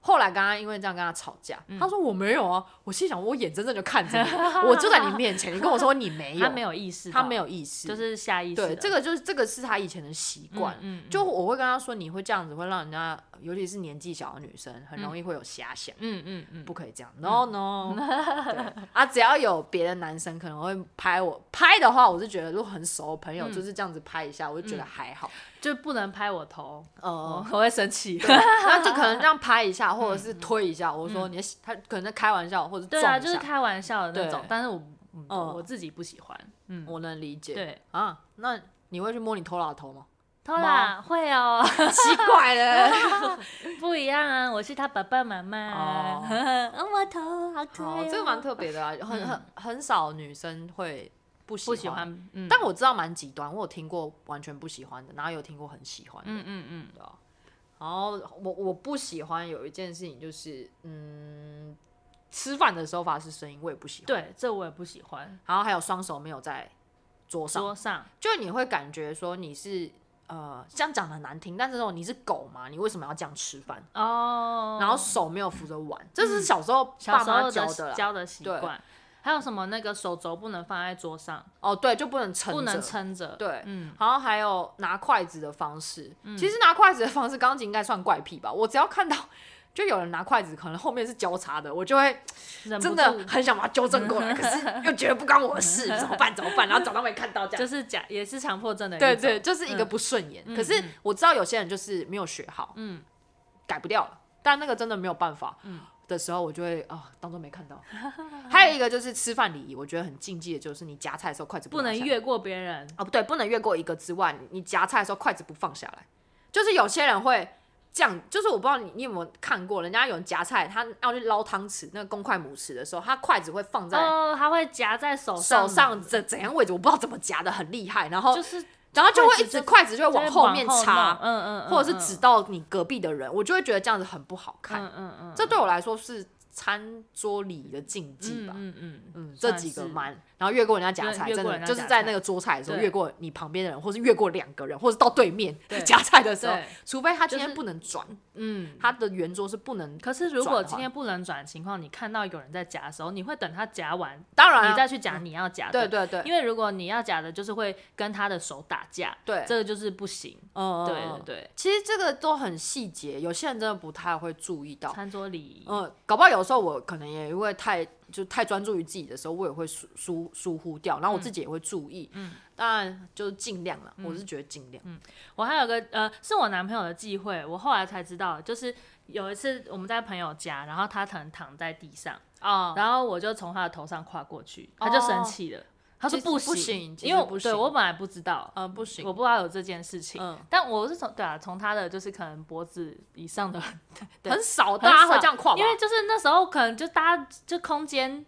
B: 后来刚刚因为这样跟他吵架，他说我没有啊，我心想我眼睁睁就 看着你，我就在你面前，你跟我说你没有，
A: 他没有意识，
B: 他没
A: 有，
B: 有意识，
A: 就是下意识的，
B: 对这个就是这个是他以前的习惯，
A: 嗯，嗯，
B: 就我会跟他说，你会这样子会让人家，尤其是年纪小的女生，很容易会有遐想，
A: 嗯嗯嗯，
B: 不可以这样。No no，对啊，只要有别的男生可能会拍我，拍的话，我是觉得如果很熟的朋
A: 嗯
B: 友就是这样子拍一下，我就觉得还好。
A: 就不能拍我头，
B: 呃，
A: 我我会生 气。
B: 那就可能这样拍一下，或者是推一下，我说你的他可能在开玩笑，或者
A: 嗯对啊，
B: 撞
A: 就
B: 一
A: 是
B: 下，
A: 开玩笑的那种
B: 对，
A: 但是我、嗯
B: 嗯
A: 我自己不喜欢。嗯，
B: 我能理解。
A: 对，
B: 啊，那你会去摸你头老头 吗？
A: 偷啦，会哦，
B: 奇怪了。
A: 不一样啊，我是他爸爸妈妈。
B: 哦
A: 哦，我头好可爱、
B: 哦
A: 哦，，
B: 这个蛮特别的啊，很很很少女生会不喜
A: 嗯不喜欢，嗯，
B: 但我知道蛮极端，我有听过完全不喜欢的，然后有听过很喜欢的，
A: 嗯嗯嗯，
B: 对啊然后我我不喜欢有一件事情就是，嗯，吃饭的时候发出声音，我也不喜欢。
A: 对，这我也不喜欢。
B: 然后还有双手没有在桌上，
A: 桌上，
B: 就你会感觉说你是呃，这样讲很难听，但是说你是狗嘛，你为什么要这样吃饭？
A: 哦，嗯
B: 然后手没有扶着碗，这是小时候
A: 小
B: 爸
A: 时
B: 妈
A: 候
B: 教
A: 的
B: 啦。
A: 教的习
B: 对
A: 惯，还有什么那个手肘不能放在桌上，
B: 哦，对，就不能撑着，
A: 不能撑着。
B: 对，
A: 嗯，
B: 然后还有拿筷子的方式，其实拿筷子的方式，钢琴应该算怪癖吧。我只要看到就有人拿筷子，可能后面是交叉的，我就会
A: 忍不
B: 真
A: 住
B: 的很想把它纠正 过来，可是又觉得不关我的事，怎么办？怎么办？然后找到没看到这样。
A: 就是 假，也是强迫症的一
B: 对
A: 种
B: 对，就是一个不顺眼。可是我知道有些人就是没有学好，
A: 嗯，
B: 改不掉了，但那个真的没有办法。的时候我就会啊、当做没 看到。还有一个就是吃饭礼仪，我觉得很禁忌的就是你夹菜的时候筷子
A: 不
B: 拿
A: 能
B: 下来
A: 越过别人。
B: 哦，不对，不能越过一个之外，你夹菜的时候筷子不放下来，就是有些人会这样，就是我不知道你你有没有看过，人家有人夹菜，他要去捞汤匙，那个公筷母匙的时候，他筷子会放在
A: 哦，他会夹在手
B: 手
A: 上，
B: 上怎怎样位置，我不知道怎么夹的，很厉害，然后
A: 就是
B: 然后就会
A: 筷子
B: 一直
A: 就
B: 筷子就会往后面
A: 就是往后弄
B: 插，
A: 嗯嗯，嗯
B: 或者是指到你隔壁的人，我就会觉得这样子很不好看，
A: 嗯嗯嗯，
B: 这对我来说是餐桌礼仪的禁忌吧。
A: 嗯嗯嗯，
B: 嗯，这
A: 算
B: 几个
A: 是
B: 蛮，然后越过人家夹
A: 对
B: 菜，
A: 越
B: 真
A: 过
B: 的
A: 人家
B: 就是
A: 夹
B: 在
A: 菜
B: 那个桌菜的时候，
A: 对
B: 越过你旁边的人，或是越过两个人，或是到对面
A: 对
B: 夹菜的时候
A: 对，
B: 除非他
A: 就
B: 今天
A: 是
B: 不能转，
A: 嗯。
B: 他的圆桌是不能。
A: 可是如果
B: 转换
A: 今天不能转的情况，你看到有人在夹的时候，你会等他夹完，
B: 当然
A: 你
B: 啊，
A: 再去夹你要夹
B: 对
A: 的。
B: 对对
A: 因为如果你要夹的，就是会跟他的手打架，
B: 对，
A: 这个就是不行。
B: 嗯，
A: 对
B: 嗯
A: 对
B: 嗯
A: 对，
B: 其实这个都很细节，有些人真的不太会注意到。
A: 餐桌礼仪。
B: 嗯，搞不好有时候我可能也因为太就太专注于自己的时候，我也会疏疏疏忽掉，然后我自己也会注意。嗯，当然就是尽量了，
A: 嗯
B: 我是觉得尽量。
A: 我还有个呃，是我男朋友的忌讳，我后来才知道，就是有一次我们在朋友家，然后他可能躺在地上，
B: 啊，
A: 然后我就从他的头上跨过去，他就生气了，哦他说
B: 其实
A: 不
B: 不行其实
A: 因为我
B: 不
A: 对
B: 行
A: 我本来不知道，
B: 嗯，不行
A: 我，不知道有这件事情，
B: 嗯。
A: 但我是从对啊，从他的就是可能脖子以上的，对
B: 很少
A: 很
B: 大家会
A: 少
B: 这样跨吧，
A: 因为就是那时候可能就大家就空间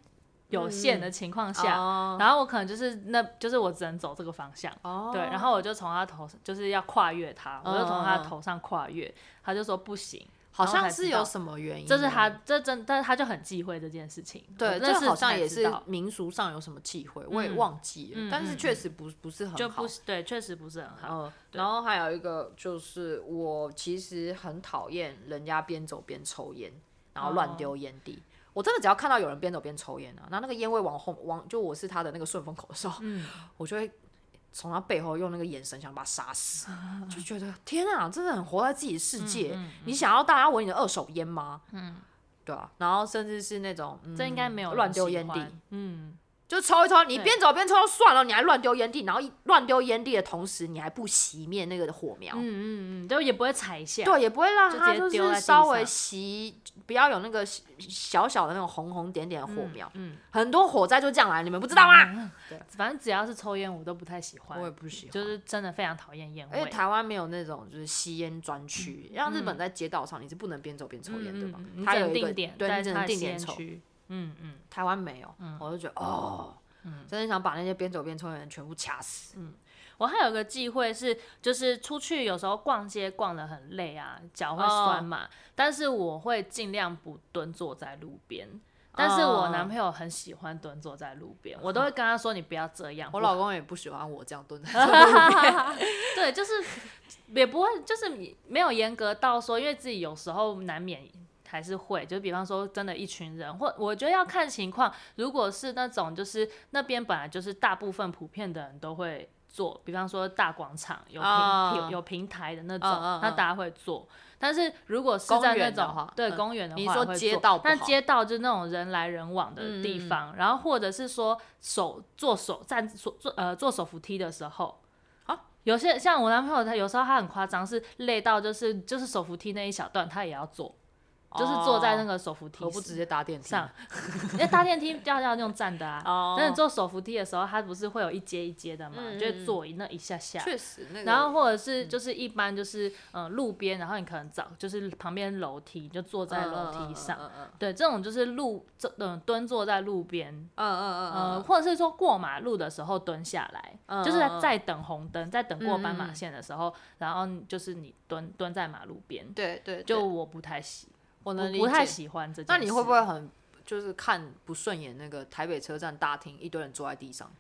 A: 有限的情况下，
B: 嗯哦
A: 然后我可能就是那就是我只能走这个方向。
B: 哦
A: 对，然后我就从他头上就是要跨越他，我就从他
B: 嗯嗯嗯
A: 头上跨越，他就说不行，
B: 好
A: 然后
B: 像
A: 才
B: 是
A: 知道
B: 有什么原因，
A: 这是他。这真，但是他就很忌讳这件事情。
B: 嗯对，
A: 我
B: 这
A: 那是
B: 好像也
A: 才
B: 是
A: 知道
B: 民俗上有什么忌讳，我也
A: 嗯
B: 忘记了，
A: 嗯
B: 但是
A: 嗯
B: 确实不不是很好。
A: 就不是对，确实不是很好。
B: 嗯，
A: 对
B: 然后还有一个就是，我其实很讨厌人家边走边抽烟，然后乱
A: 哦
B: 丢烟蒂。我真的只要看到有人边走边抽烟啊，然后那个烟味往后往就我是他的那个顺风口的时候，
A: 嗯
B: 我就会从他背后用那个眼神想把他杀死，就觉得天啊，真的很活在自己的世界。
A: 嗯
B: 你想要大家闻你的二手烟吗？嗯，对啊，然后甚至是那种、嗯
A: 这应该没有人
B: 乱丢
A: 喜
B: 烟蒂哦
A: 欢，嗯，
B: 就抽一抽，你
A: 对
B: 边走边抽就算了，你还乱丢烟蒂，然后一乱丢烟蒂的同时，你还不熄灭那个火苗，
A: 嗯嗯嗯，就也不会踩一下。
B: 对，也不会让
A: 就
B: 它
A: 直接
B: 就
A: 丢在地
B: 是稍微
A: 上
B: 熄，不要有那个小小的那种红红点点的火苗。
A: 嗯，
B: 很多火灾就这样来，你们不知道吗？
A: 反正只要是抽烟，我都不太喜欢，
B: 不喜
A: 就是真的非常讨厌烟
B: 而且
A: 味。
B: 台湾没有那种就是吸烟专区，
A: 嗯
B: 像日本在街道上你是不能边走边抽烟，对吧？
A: 你
B: 它
A: 只
B: 有
A: 能
B: 一个
A: 定点，
B: 对，
A: 在
B: 你只
A: 嗯
B: 能
A: 它的
B: 定
A: 吸
B: 点
A: 烟
B: 抽。
A: 区。嗯嗯，
B: 台湾没有，我就觉得哦，真的想把那些边走边抽的人全部掐死。
A: 嗯我还有个忌讳是，就是出去有时候逛街逛得很累啊，脚会
B: 哦
A: 酸嘛，但是我会尽量不蹲坐在路边。但是
B: 哦
A: 我男朋友很喜欢蹲坐在路边，我都会跟他说：“你不要这样。”
B: 我老公也不喜欢我这样 蹲在这里
A: 对，就是也不会，就是你没有严格到说，因为自己有时候难免还是会，就比方说真的一群人，或我觉得要看情况。如果是那种就是那边本来就是大部分普遍的人都会做，比方说大广场有平、
B: 啊
A: 有平台的那种，
B: 嗯嗯嗯
A: 那大家会做。但是如果是
B: 公
A: 在那
B: 园的
A: 种
B: 话
A: 对
B: 嗯
A: 公园的话，
B: 你说
A: 会
B: 街
A: 做
B: 道不
A: 但
B: 好
A: 街道就是那种人来人往的地
B: 嗯嗯嗯
A: 方，然后或者是说手做手站做做呃做手扶梯的时候，有些像我男朋友，他有时候他很夸张，是累到就是就是手扶梯那一小段他也要坐，就是坐在那
B: 哦
A: 个手扶梯
B: 何不直接搭电梯？
A: 上，因为搭电梯要要用站的啊。
B: 哦
A: 但是坐手扶梯的时候，他不是会有一阶一阶的嘛，
B: 嗯
A: 就会坐那一下下。
B: 确实嗯那个，
A: 然后或者是就是一般就是嗯、呃路边，然后你可能找就是旁边楼梯，你就坐在楼梯上。
B: 嗯嗯
A: 对，这种就是路这嗯、蹲坐在路边，
B: 嗯嗯
A: 呃，
B: 嗯
A: 或者是说过马路的时候蹲下来，
B: 嗯
A: 就是
B: 嗯嗯
A: 在等红灯，在等过斑
B: 嗯嗯
A: 马
B: 嗯
A: 线的时候，然后就是你蹲蹲在马路边
B: 嗯，，对对，
A: 就
B: 对
A: 我不太喜，
B: 我
A: 我
B: 能理
A: 不太
B: 解。
A: 喜欢这件
B: 那
A: 事。
B: 你会不？会很就是看不顺眼那个台北车站大厅一堆人坐在地上？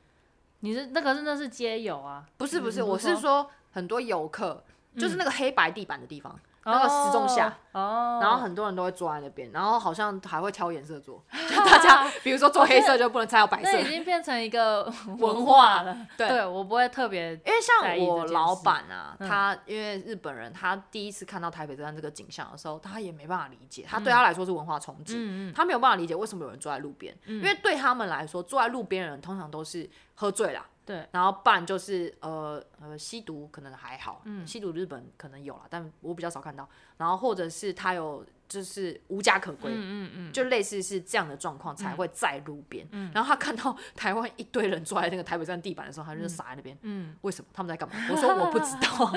A: 你是那个真的是街友啊？
B: 不是不是，
A: 嗯
B: 我是
A: 说
B: 说很多游客，就是那个黑白地板的地方，那
A: 然
B: 个
A: 后
B: 时钟下，
A: 哦，
B: 然后很多人都会坐在那边，然后好像还会挑颜色 坐，就大家比如说坐黑色就不能猜到白色
A: 那，已经变成一个
B: 文
A: 文
B: 化
A: 化了。
B: 对
A: 我不会特别
B: 因为
A: 在
B: 像
A: 意这
B: 我
A: 件
B: 老
A: 事
B: 板啊，
A: 嗯
B: 他因为日本人，他第一次看到台北车站这个景象的时候，他也没办法理解，他对他来说是文化冲击，
A: 嗯
B: 他没有办法理解为什么有人坐在路边，因为对他们来说，坐在路边的人通常都是喝醉啦，
A: 对，
B: 然后不然就是呃呃吸毒可能还好，
A: 嗯
B: 吸毒日本可能有啦，但我比较少看到，然后或者是他有就是无家可归，
A: 嗯嗯
B: 就类似是这样的状况才会在路边。然后他看到台湾一堆人坐在那个台北站地板的时候，他就是傻在那边。
A: 嗯。
B: 为什么他们在干嘛？我说我不知 道。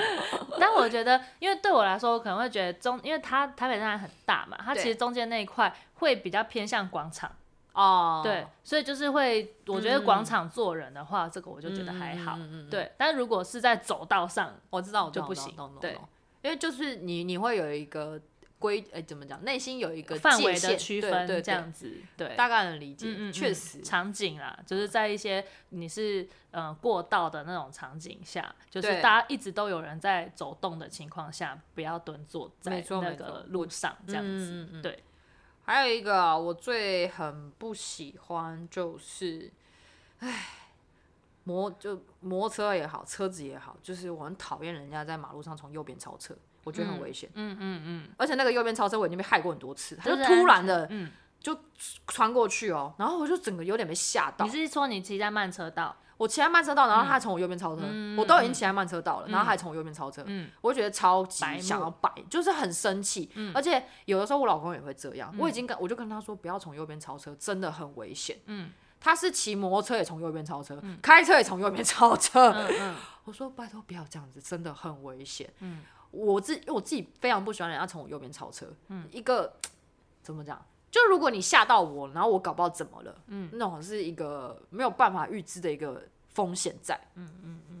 A: 但我觉得，因为对我来说，我可能会觉得中，因为它台北站很大嘛，它
B: 对
A: 其实中间那一块会比较偏向广场。
B: 哦，
A: 对，所以就是会，我觉得广场做人的话，这个我就觉得还好。
B: 嗯
A: 对，但如果是在走道上，
B: 我知道，我知道
A: 就不行
B: 我知道我知道
A: 对
B: 我知道因为就是你你会有一个规，呃，怎么讲？内心有一个
A: 范
B: 界
A: 围
B: 限
A: 的区
B: 对
A: 分
B: 对对
A: 这样子，对，
B: 大概能理
A: 嗯
B: 解。
A: 嗯
B: 确
A: 嗯
B: 实，嗯
A: 场景啦，就是在一些你是嗯、呃过道的那种场景下，就是
B: 对
A: 大家一直都有人在走动的情况下，不要蹲坐
B: 没
A: 在
B: 错
A: 那
B: 没错
A: 个路上这样子。
B: 嗯嗯嗯
A: 对，
B: 还有一个啊、我最很不喜欢就是，唉，摩就摩托车也好，车子也好，就是我很讨厌人家在马路上从右边超车，我觉得很危险、
A: 嗯嗯嗯，
B: 而且那个右边超车我已经被害过很多次，他
A: 就
B: 就是突然的
A: 嗯
B: 就穿过去哦，然后我就整个有点被吓到
A: 你。是说你骑在慢车道？
B: 我骑在慢车道，然
A: 嗯
B: 后他还从我右边超车，我都已经骑在慢车道了，然后他还从我右边超车，
A: 嗯
B: 我觉得超级
A: 白目嗯
B: 想要摆，就是很生气，而且有的时候我老公也会这样，我已经跟我就跟他说不要从右边超车，真的很危险，
A: 嗯
B: 他是骑摩托车也从右边超车，开车也从右边超车，
A: 嗯嗯，
B: 我说拜托不要这样子，真的很危险，
A: 嗯
B: 我自我自己非常不喜欢人家从我右边超车，一个怎么讲？就如果你吓到我，然后我搞不好怎么了，嗯，那种是一个没有办法预知的一个风险在，嗯嗯嗯，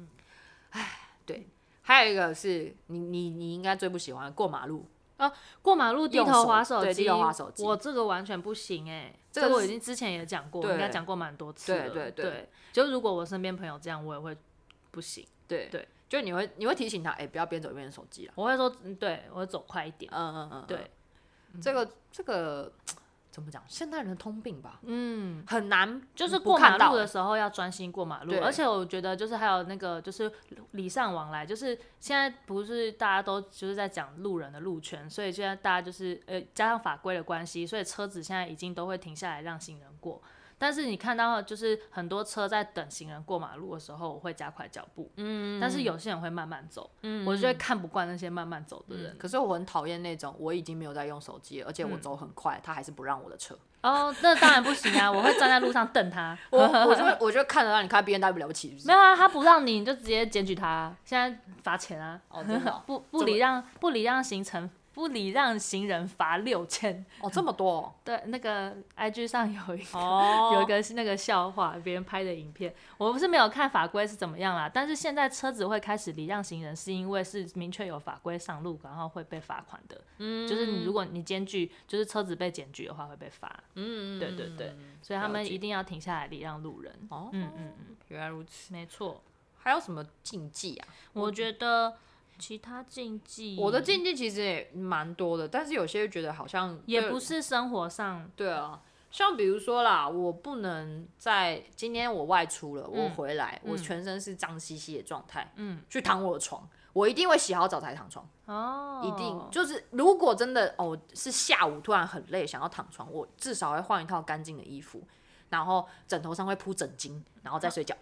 B: 哎，对，还有一个是你你你应该最不喜欢过马路，
A: 过马路低头滑手
B: 用手对
A: 机，
B: 低头滑手机
A: 我这个完全不行哎、
B: 这
A: 这
B: 个
A: 个我
B: 是
A: 已经之前也讲过，
B: 对
A: 应该讲过蛮多次了。
B: 对对对
A: 就如果我身边朋友这样，我也会不行，
B: 对
A: 对，
B: 就你会你会提醒他，哎、不要边走边玩手机啦，
A: 我会说，嗯对我会走快一点。
B: 嗯嗯嗯，嗯
A: 对，，
B: 这个这个怎么讲？现代人的通病吧，
A: 嗯，
B: 很难
A: 就是
B: 不
A: 过
B: 看
A: 马
B: 到
A: 路的时候要专心过马路
B: 对，
A: 而且我觉得就是还有那个就是礼尚往来，就是现在不是大家都就是在讲路人的路权，所以现在大家就是呃加上法规的关系，所以车子现在已经都会停下来让行人过。但是你看到就是很多车在等行人过马路的时候，我会加快脚步，嗯，但是有些人会慢慢走，嗯，我就会看不惯那些慢慢走的人。
B: 可是我很讨厌那种我已经没有在用手机了，而且
A: 嗯
B: 我走很快，他还是不让我的 车，
A: 哦，那当然不行啊，我会站在路上瞪他。
B: 我我就会我就看得到你开 B N W 了不起是不是
A: 没有啊，他不让你，你就直接检举他啊，现在罚钱啊！
B: 哦真的 哦
A: 不不礼让不礼让行程不礼让行人罚六千。
B: 哦，这么多
A: 对，那个 IG 上有一个、
B: 哦
A: 有一个是那个笑话，别人拍的影片，我不是没有看法规是怎么样啦，但是现在车子会开始礼让行人，是因为是明确有法规上路，然后会被罚款的。嗯，就是你如果你检举，就是车子被检举的话会被罚。嗯，对对对，所以他们
B: 了解
A: 一定要停下来礼让路人。
B: 哦，
A: 嗯嗯嗯，
B: 原来如此。
A: 没错。
B: 还有什么禁忌啊？
A: 我觉得其他禁忌，
B: 我的禁忌其实也蛮多的，但是有些觉得好像
A: 也
B: 对
A: 不是生活上，
B: 对啊，像比如说啦，我不能在今天我外出了，我
A: 嗯
B: 回来，我
A: 嗯
B: 全身是脏兮兮的状态，
A: 嗯，
B: 去躺我的床，我一定会洗好澡才躺床，
A: 哦，
B: 一定就是如果真的哦是下午突然很累想要躺床，我至少会换一套干净的衣服，然后枕头上会铺枕巾，然后再睡觉。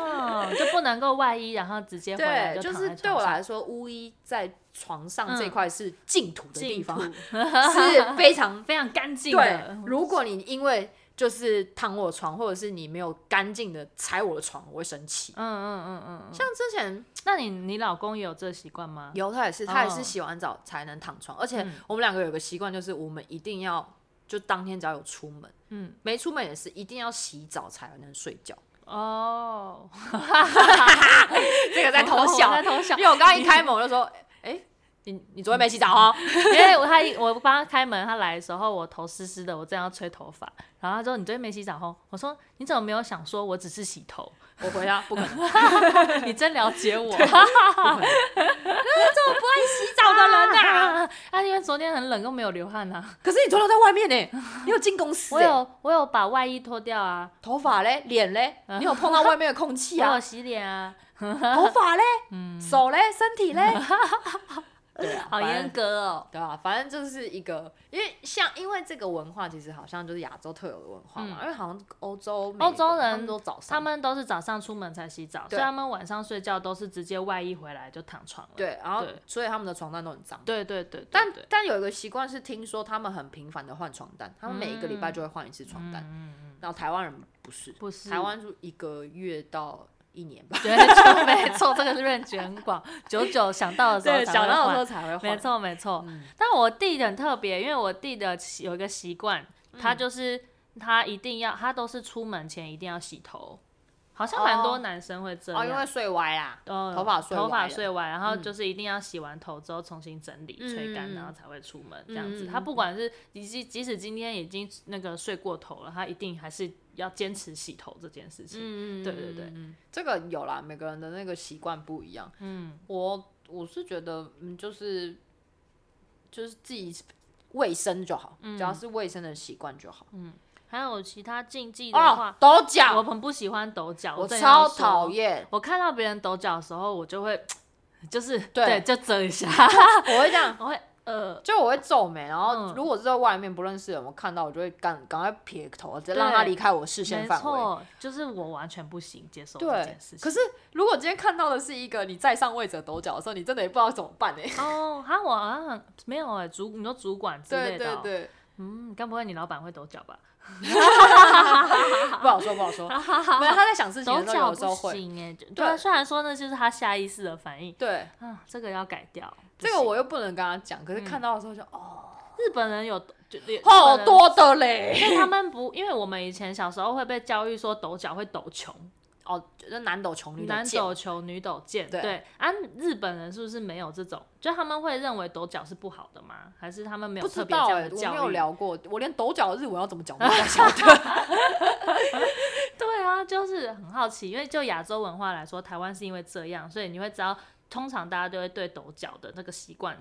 A: 哦，就不能够外衣，然后直接回来
B: 对，就
A: 躺在
B: 是对
A: 床
B: 我
A: 上
B: 来说，巫医在床上这
A: 嗯
B: 块是净土的地
A: 净
B: 方，
A: 土
B: 是非 常
A: 非常干净
B: 对
A: 的，，
B: 如果你因为就是躺我的床，或者是你没有干净的踩我的床，我会生气
A: 嗯。嗯嗯嗯嗯。
B: 像之前
A: 那你你老公也有这习惯吗？
B: 尤他也是，他也
A: 哦
B: 是洗完澡才能躺床，而且
A: 嗯
B: 我们两个有个习惯，就是我们一定要就当天只要有出门，
A: 嗯，
B: 没出门也是一定要洗澡才能睡觉。
A: 哦，
B: 这个在偷
A: 我
B: 笑
A: 在，偷笑
B: 因，为我刚刚一 开门我就说，哎、你你昨天没洗澡哦，
A: 因为我他我帮他开门，他来的时候我头湿湿的，我正要吹头发，然后他说你昨天没洗澡哦，我说你怎么没有想说我只是洗头，
B: 我回答不可能，不
A: 你真了解我。
B: 可能，
A: 洗澡的人呐、啊，啊，因为昨天很冷，又没有流汗呐、啊。
B: 可是你昨天在外面呢、你有进公 司、
A: 我
B: 欸，
A: 有我有把外衣脱掉啊，
B: 头发嘞，脸嘞，你有碰到外面的空气
A: 我
B: 啊
A: 有？洗脸啊，
B: 头发嘞，手嘞，身体嘞，对啊，
A: 好
B: 反正
A: 严。格哦。
B: 对啊，反正就是一个，因为像因为这个文化其实好像就是亚洲特有的文化嘛，因为好像欧洲美
A: 嗯
B: 国
A: 欧洲人
B: 他们都早上，
A: 他们都是早上出门才洗澡，
B: 对
A: 所以他们晚上睡觉都是直接外衣回来就躺床了。
B: 对，然后
A: 对
B: 所以他们的床单都很脏。
A: 对对对对
B: 但
A: 对
B: 但有一个习惯是，听说他们很频繁的换床单，他们每一个礼拜就会换一次床单。然后台湾人不是，
A: 不嗯是
B: 台湾就一个月到一年 吧，
A: 对，就没错，这个认知很广，久久想到的时 候才会
B: 想到的时候
A: 换
B: 才会换。嗯
A: 没错没错。但我弟很特别，因为我弟的习有一个习惯，
B: 嗯
A: 他就是他一定要，他都是出门前一定要洗头，好像蛮多
B: 哦
A: 男生会这样。
B: 哦，因为睡歪啦，
A: 呃
B: 头发睡
A: 头
B: 歪
A: 发
B: 了
A: 睡完，然后就是一定要洗完头之后重新整理、吹干，
B: 嗯
A: 然后才会出门这样子。
B: 嗯嗯
A: 他不管是即使即使今天已经那个睡过头了，他一定还是要坚持洗头这件事情。
B: 嗯
A: 对对对，
B: 这个有啦，每个人的那个习惯不一样。
A: 嗯，
B: 我我是觉得，嗯，就是就是自己卫生就好，
A: 嗯
B: 只要是卫生的习惯就好。
A: 还有其他禁忌的
B: 哦
A: 话，，
B: 抖
A: 嗯我
B: 脚，
A: 很不喜欢抖脚，
B: 我
A: 正要
B: 超
A: 说
B: 讨。厌，
A: 我看到别人抖脚的时候，我就会就是
B: 对
A: 就遮一 下，
B: 我会这样，
A: 我会呃。
B: 就我会皱眉，然后
A: 嗯
B: 如果是在外面不认识的人，我看到我就会赶赶快撇头，直接
A: 对
B: 让他离开我视线
A: 没
B: 范围。
A: 错，就是我完全不行接受这
B: 对
A: 件事，情
B: 可。是如果今天看到的是一个你在上位者抖脚的时候，你真的也不知道怎么办哎、
A: 哦，哈，我好像很没有哎、主你说主管之
B: 对
A: 类的、
B: 对
A: 哦，
B: 对。
A: 嗯，该不会你老板会抖脚吧？
B: 不好说，不好说。没有，他在想事情
A: 抖
B: 的时候，
A: 脚
B: 有时候
A: 不
B: 会。
A: 行哎、就对啊，
B: 对
A: 虽然说那就是他下意识的反应，
B: 对，
A: 啊，这个要改掉。不
B: 这个
A: 行
B: 我又不能跟他讲，可是看到的时候就哦，
A: 日本人有就日
B: 好
A: 本人
B: 多的嘞。
A: 因为他们不，因为我们以前小时候会被教育说抖脚会抖穷，
B: 哦，就是男抖穷女
A: 男
B: 贱
A: 抖穷，女抖贱。
B: 对
A: 对啊，日本人是不是没有这种？就他们会认为抖脚是不好的吗？还是他们没有
B: 不知
A: 特别
B: 道
A: 这样
B: 哎，
A: 的
B: 我没
A: 教
B: 有
A: 育？
B: 聊过，我连抖脚的日文要怎么讲都不太晓 得。
A: 对啊，就是很好奇，因为就亚洲文化来说，台湾是因为这样，所以你会知道，通常大家都会对抖脚的那个习惯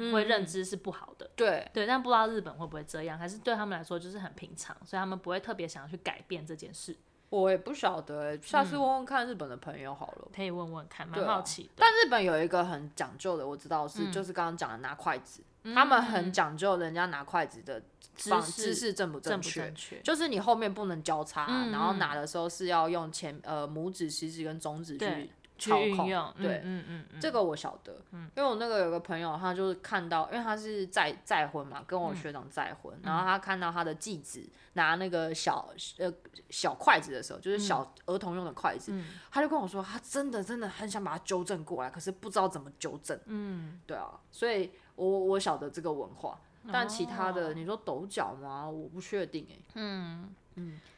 B: 嗯
A: 会认知是不好的。
B: 对，
A: 对，但不知道日本会不会这样，还是对他们来说就是很平常，所以他们不会特别想要去改变这件事。
B: 我也不晓得欸，下次问问看日本的朋友好了。
A: 可以问问看，蛮
B: 对啊
A: 好奇的。
B: 嗯但日本有一个很讲究的，我知道是就是刚刚讲的拿筷子，他们很讲究人家拿筷子的
A: 知
B: 放
A: 识
B: 姿势正不
A: 正
B: 正
A: 不
B: 确
A: 正，确？
B: 就是你后面不能交叉，
A: 嗯
B: 然后
A: 嗯
B: 拿的时候是要用前呃拇指、食指跟中指
A: 对
B: 去
A: 去
B: 操
A: 运
B: 控。
A: 用，嗯
B: 对
A: 嗯嗯嗯，
B: 这个我晓得，因为我那个有个朋友，他就是看到，因为他是再再婚嘛，跟
A: 嗯
B: 我学长再婚，然后他看到他的继子拿那个小呃小筷子的时候，
A: 嗯
B: 就是小儿童用的筷子，他就跟我说，他真的真的很想把它纠正过来，可是不知道怎么纠正。嗯，对啊，所以我我晓得这个文化，但其他的、
A: 哦
B: 你说抖脚吗？我不确定哎、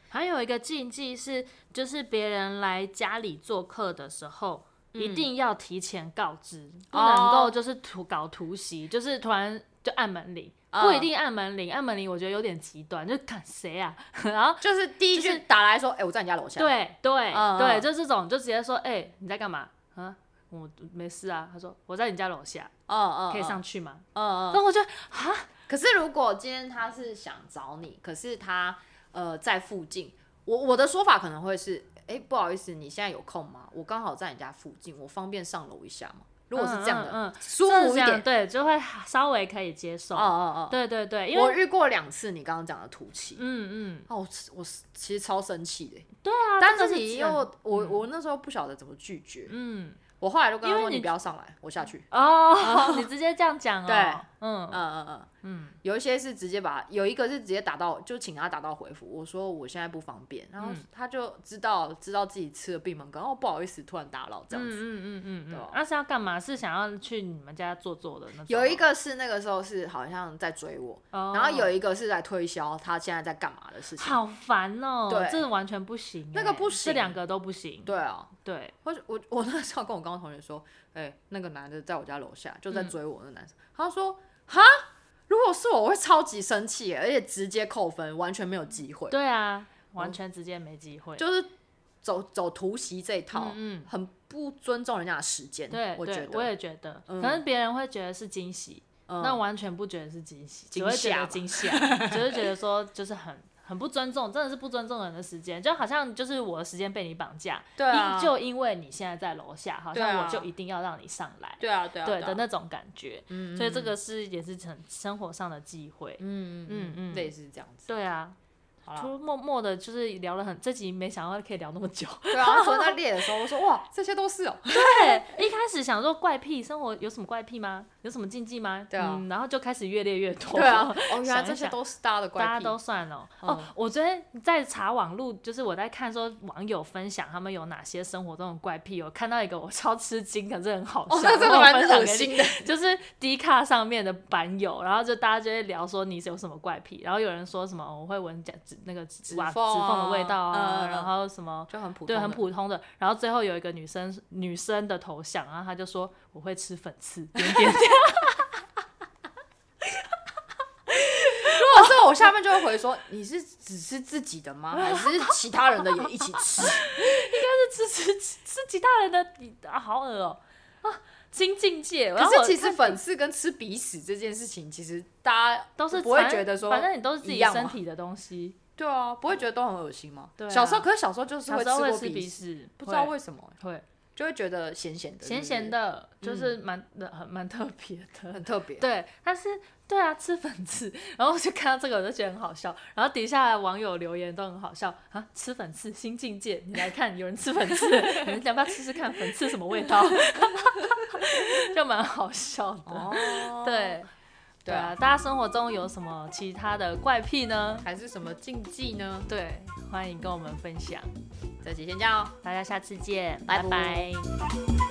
A: 还有一个禁忌是，就是别人来家里做客的时候，
B: 嗯
A: 一定要提前告知，
B: 哦
A: 不能够就是突搞突袭，就是突然就按门铃，
B: 呃嗯
A: 不一定按门铃，按门铃我觉得有点极端，就看谁啊，然后。
B: 就是第一句打来说，哎、我在你家楼下。
A: 对对、
B: 嗯
A: 对，
B: 嗯
A: 就这种，就直接说，哎、你在干嘛啊？我没事啊。他说我在你家楼下，
B: 嗯，嗯嗯，
A: 可以上去吗？
B: 嗯，嗯嗯
A: 然后我就
B: 可是如果今天他是想找你，可是他呃在附近，我我的说法可能会是，哎、不好意思，你现在有空吗？我刚好在你家附近，我方便上楼一下吗？如果是这样的，
A: 嗯嗯嗯
B: 舒服
A: 这
B: 一
A: 样
B: 点。
A: 对，就会稍微可以接受。
B: 哦哦哦，
A: 对对对，因
B: 我
A: 为
B: 遇过两次你刚刚讲的土气。
A: 嗯嗯，
B: 哦，我我其实超生气的，
A: 对啊，
B: 但
A: 这
B: 是
A: 个
B: 你又我我那时候不晓得怎么拒绝，
A: 嗯
B: 我后来就跟他
A: 因
B: 说
A: 为你
B: 你不要上来，我下去。
A: 哦，你直接这样讲哦，
B: 对，
A: 嗯
B: 嗯嗯嗯，
A: 嗯
B: 有一些是直接把，有一个是直接打到，就请他打到回复，我说我现在不方便，然后
A: 嗯
B: 他就知道知道自己吃了闭门羹，哦不好意思，突然打扰这样
A: 嗯
B: 子。
A: 嗯嗯嗯嗯
B: 对啊，
A: 那是要干嘛？是想要去你们家坐坐的那种？
B: 有一，个是那个时候是好像在追我，
A: 然
B: 然后有一个是在推销他现在在干嘛的事
A: 哦
B: 情。
A: 好烦哦，
B: 对
A: 这完全不行欸，
B: 那个不
A: 这
B: 行
A: 两个都不行，
B: 对啊，
A: 对，
B: 我我我那时候跟我高中同学说，哎、那个男的在我家楼下就
A: 嗯
B: 在追我，那男生，他说哈，如果是我，我会超级生气，而且直接扣分，完全没有机会，
A: 对啊，完全直接没机会。
B: 就是走走突袭这一套。
A: 嗯，
B: 很不尊重人家的时间，
A: 对，
B: 我觉
A: 对
B: 得，
A: 我也觉得，可
B: 嗯
A: 能别人会觉得是惊喜，
B: 嗯
A: 那完全不觉得是惊喜，只
B: 惊
A: 会觉
B: 吓
A: 得
B: 吧
A: 惊吓， 只会觉得说就是很很不尊重，真的是不尊重人的时间，就好像就是我的时间被你绑架，
B: 对啊
A: 因就因为你现在在楼下，好
B: 对
A: 像我
B: 啊
A: 就一定要让你上来，
B: 对啊，对啊，
A: 对
B: 啊
A: 的那种感觉，
B: 嗯
A: 所以这个是也是很生活上的忌讳，
B: 嗯
A: 嗯
B: 嗯
A: 嗯
B: 嗯，类似这样子。
A: 对啊。
B: 好啦
A: 就默默的，就是聊了很，这集没想到可以聊那么 久。
B: 对啊，昨天在列的时候，我说哇，这些都是哦。
A: 对，一开始想说怪癖，生活有什么怪癖吗？有什么禁忌吗？
B: 对啊
A: 嗯，然后就开始越列越多。
B: 对啊，，哦，原
A: 想
B: 来
A: 一
B: 这些
A: 想
B: 都是大家的怪
A: 大
B: 癖。
A: 家都算了。哦
B: 嗯，
A: 我昨天在查网路，就是我在看说网友分享他们有哪些生活中的怪癖，有看到一个我超吃惊，可是很好笑，
B: 哦，那真的
A: 我
B: 蛮
A: 分享
B: 恶
A: 给你
B: 心的。
A: 就是低卡上面的版友，然后就大家就会聊说你有什么怪癖，然后有人说什么、哦我会闻甲指那个指
B: 指
A: 哇指
B: 缝
A: 缝的味
B: 啊
A: 道啊，
B: 嗯嗯
A: 然后什么。
B: 就很普通，
A: 对，很。普通的。然后最后有一个女生，女生的头像，然后她就说我会吃粉刺，点点点。
B: 如果是啊我下面就会回 说，你是只吃自己的吗？ 还是其他人的也一起 吃？
A: 吃吃吃吃其他人的，啊，好恶哦、啊，新境界。然
B: 可
A: 后我
B: 是其实
A: 看
B: 粉刺跟吃鼻屎这件事情，其实大家
A: 都是
B: 不会
A: 反
B: 觉得说，
A: 反正你都是自
B: 一
A: 己
B: 样
A: 身
B: 嘛
A: 体的东西。
B: 对啊，不会觉得都很恶心吗？
A: 对啊
B: 小时候，可是小时候就是
A: 小时
B: 会吃
A: 候会
B: 过
A: 吃鼻
B: 鼻屎，
A: 屎，
B: 不知道
A: 会
B: 为什么欸
A: 会
B: 就会觉得咸咸的，
A: 咸咸
B: 的，
A: 的，就是蛮很蛮特别的。
B: 嗯很特别。
A: 对，但是对啊，吃粉刺，然后我就看到这个，我就觉得很好笑。然后底下网友留言都很好笑啊，吃粉刺新境界，你来看，有人吃粉刺， 你们要不要吃吃看粉刺什么味道？ 就蛮好笑的。
B: 哦，
A: 对，对
B: 对
A: 啊
B: 啊，
A: 大家生活中有什么其他的怪癖呢？
B: 还是什么禁忌呢？
A: 对，欢迎跟我们分享。
B: 这期先这样哦。
A: 大家下次见，
B: 拜
A: 拜
B: 拜
A: 拜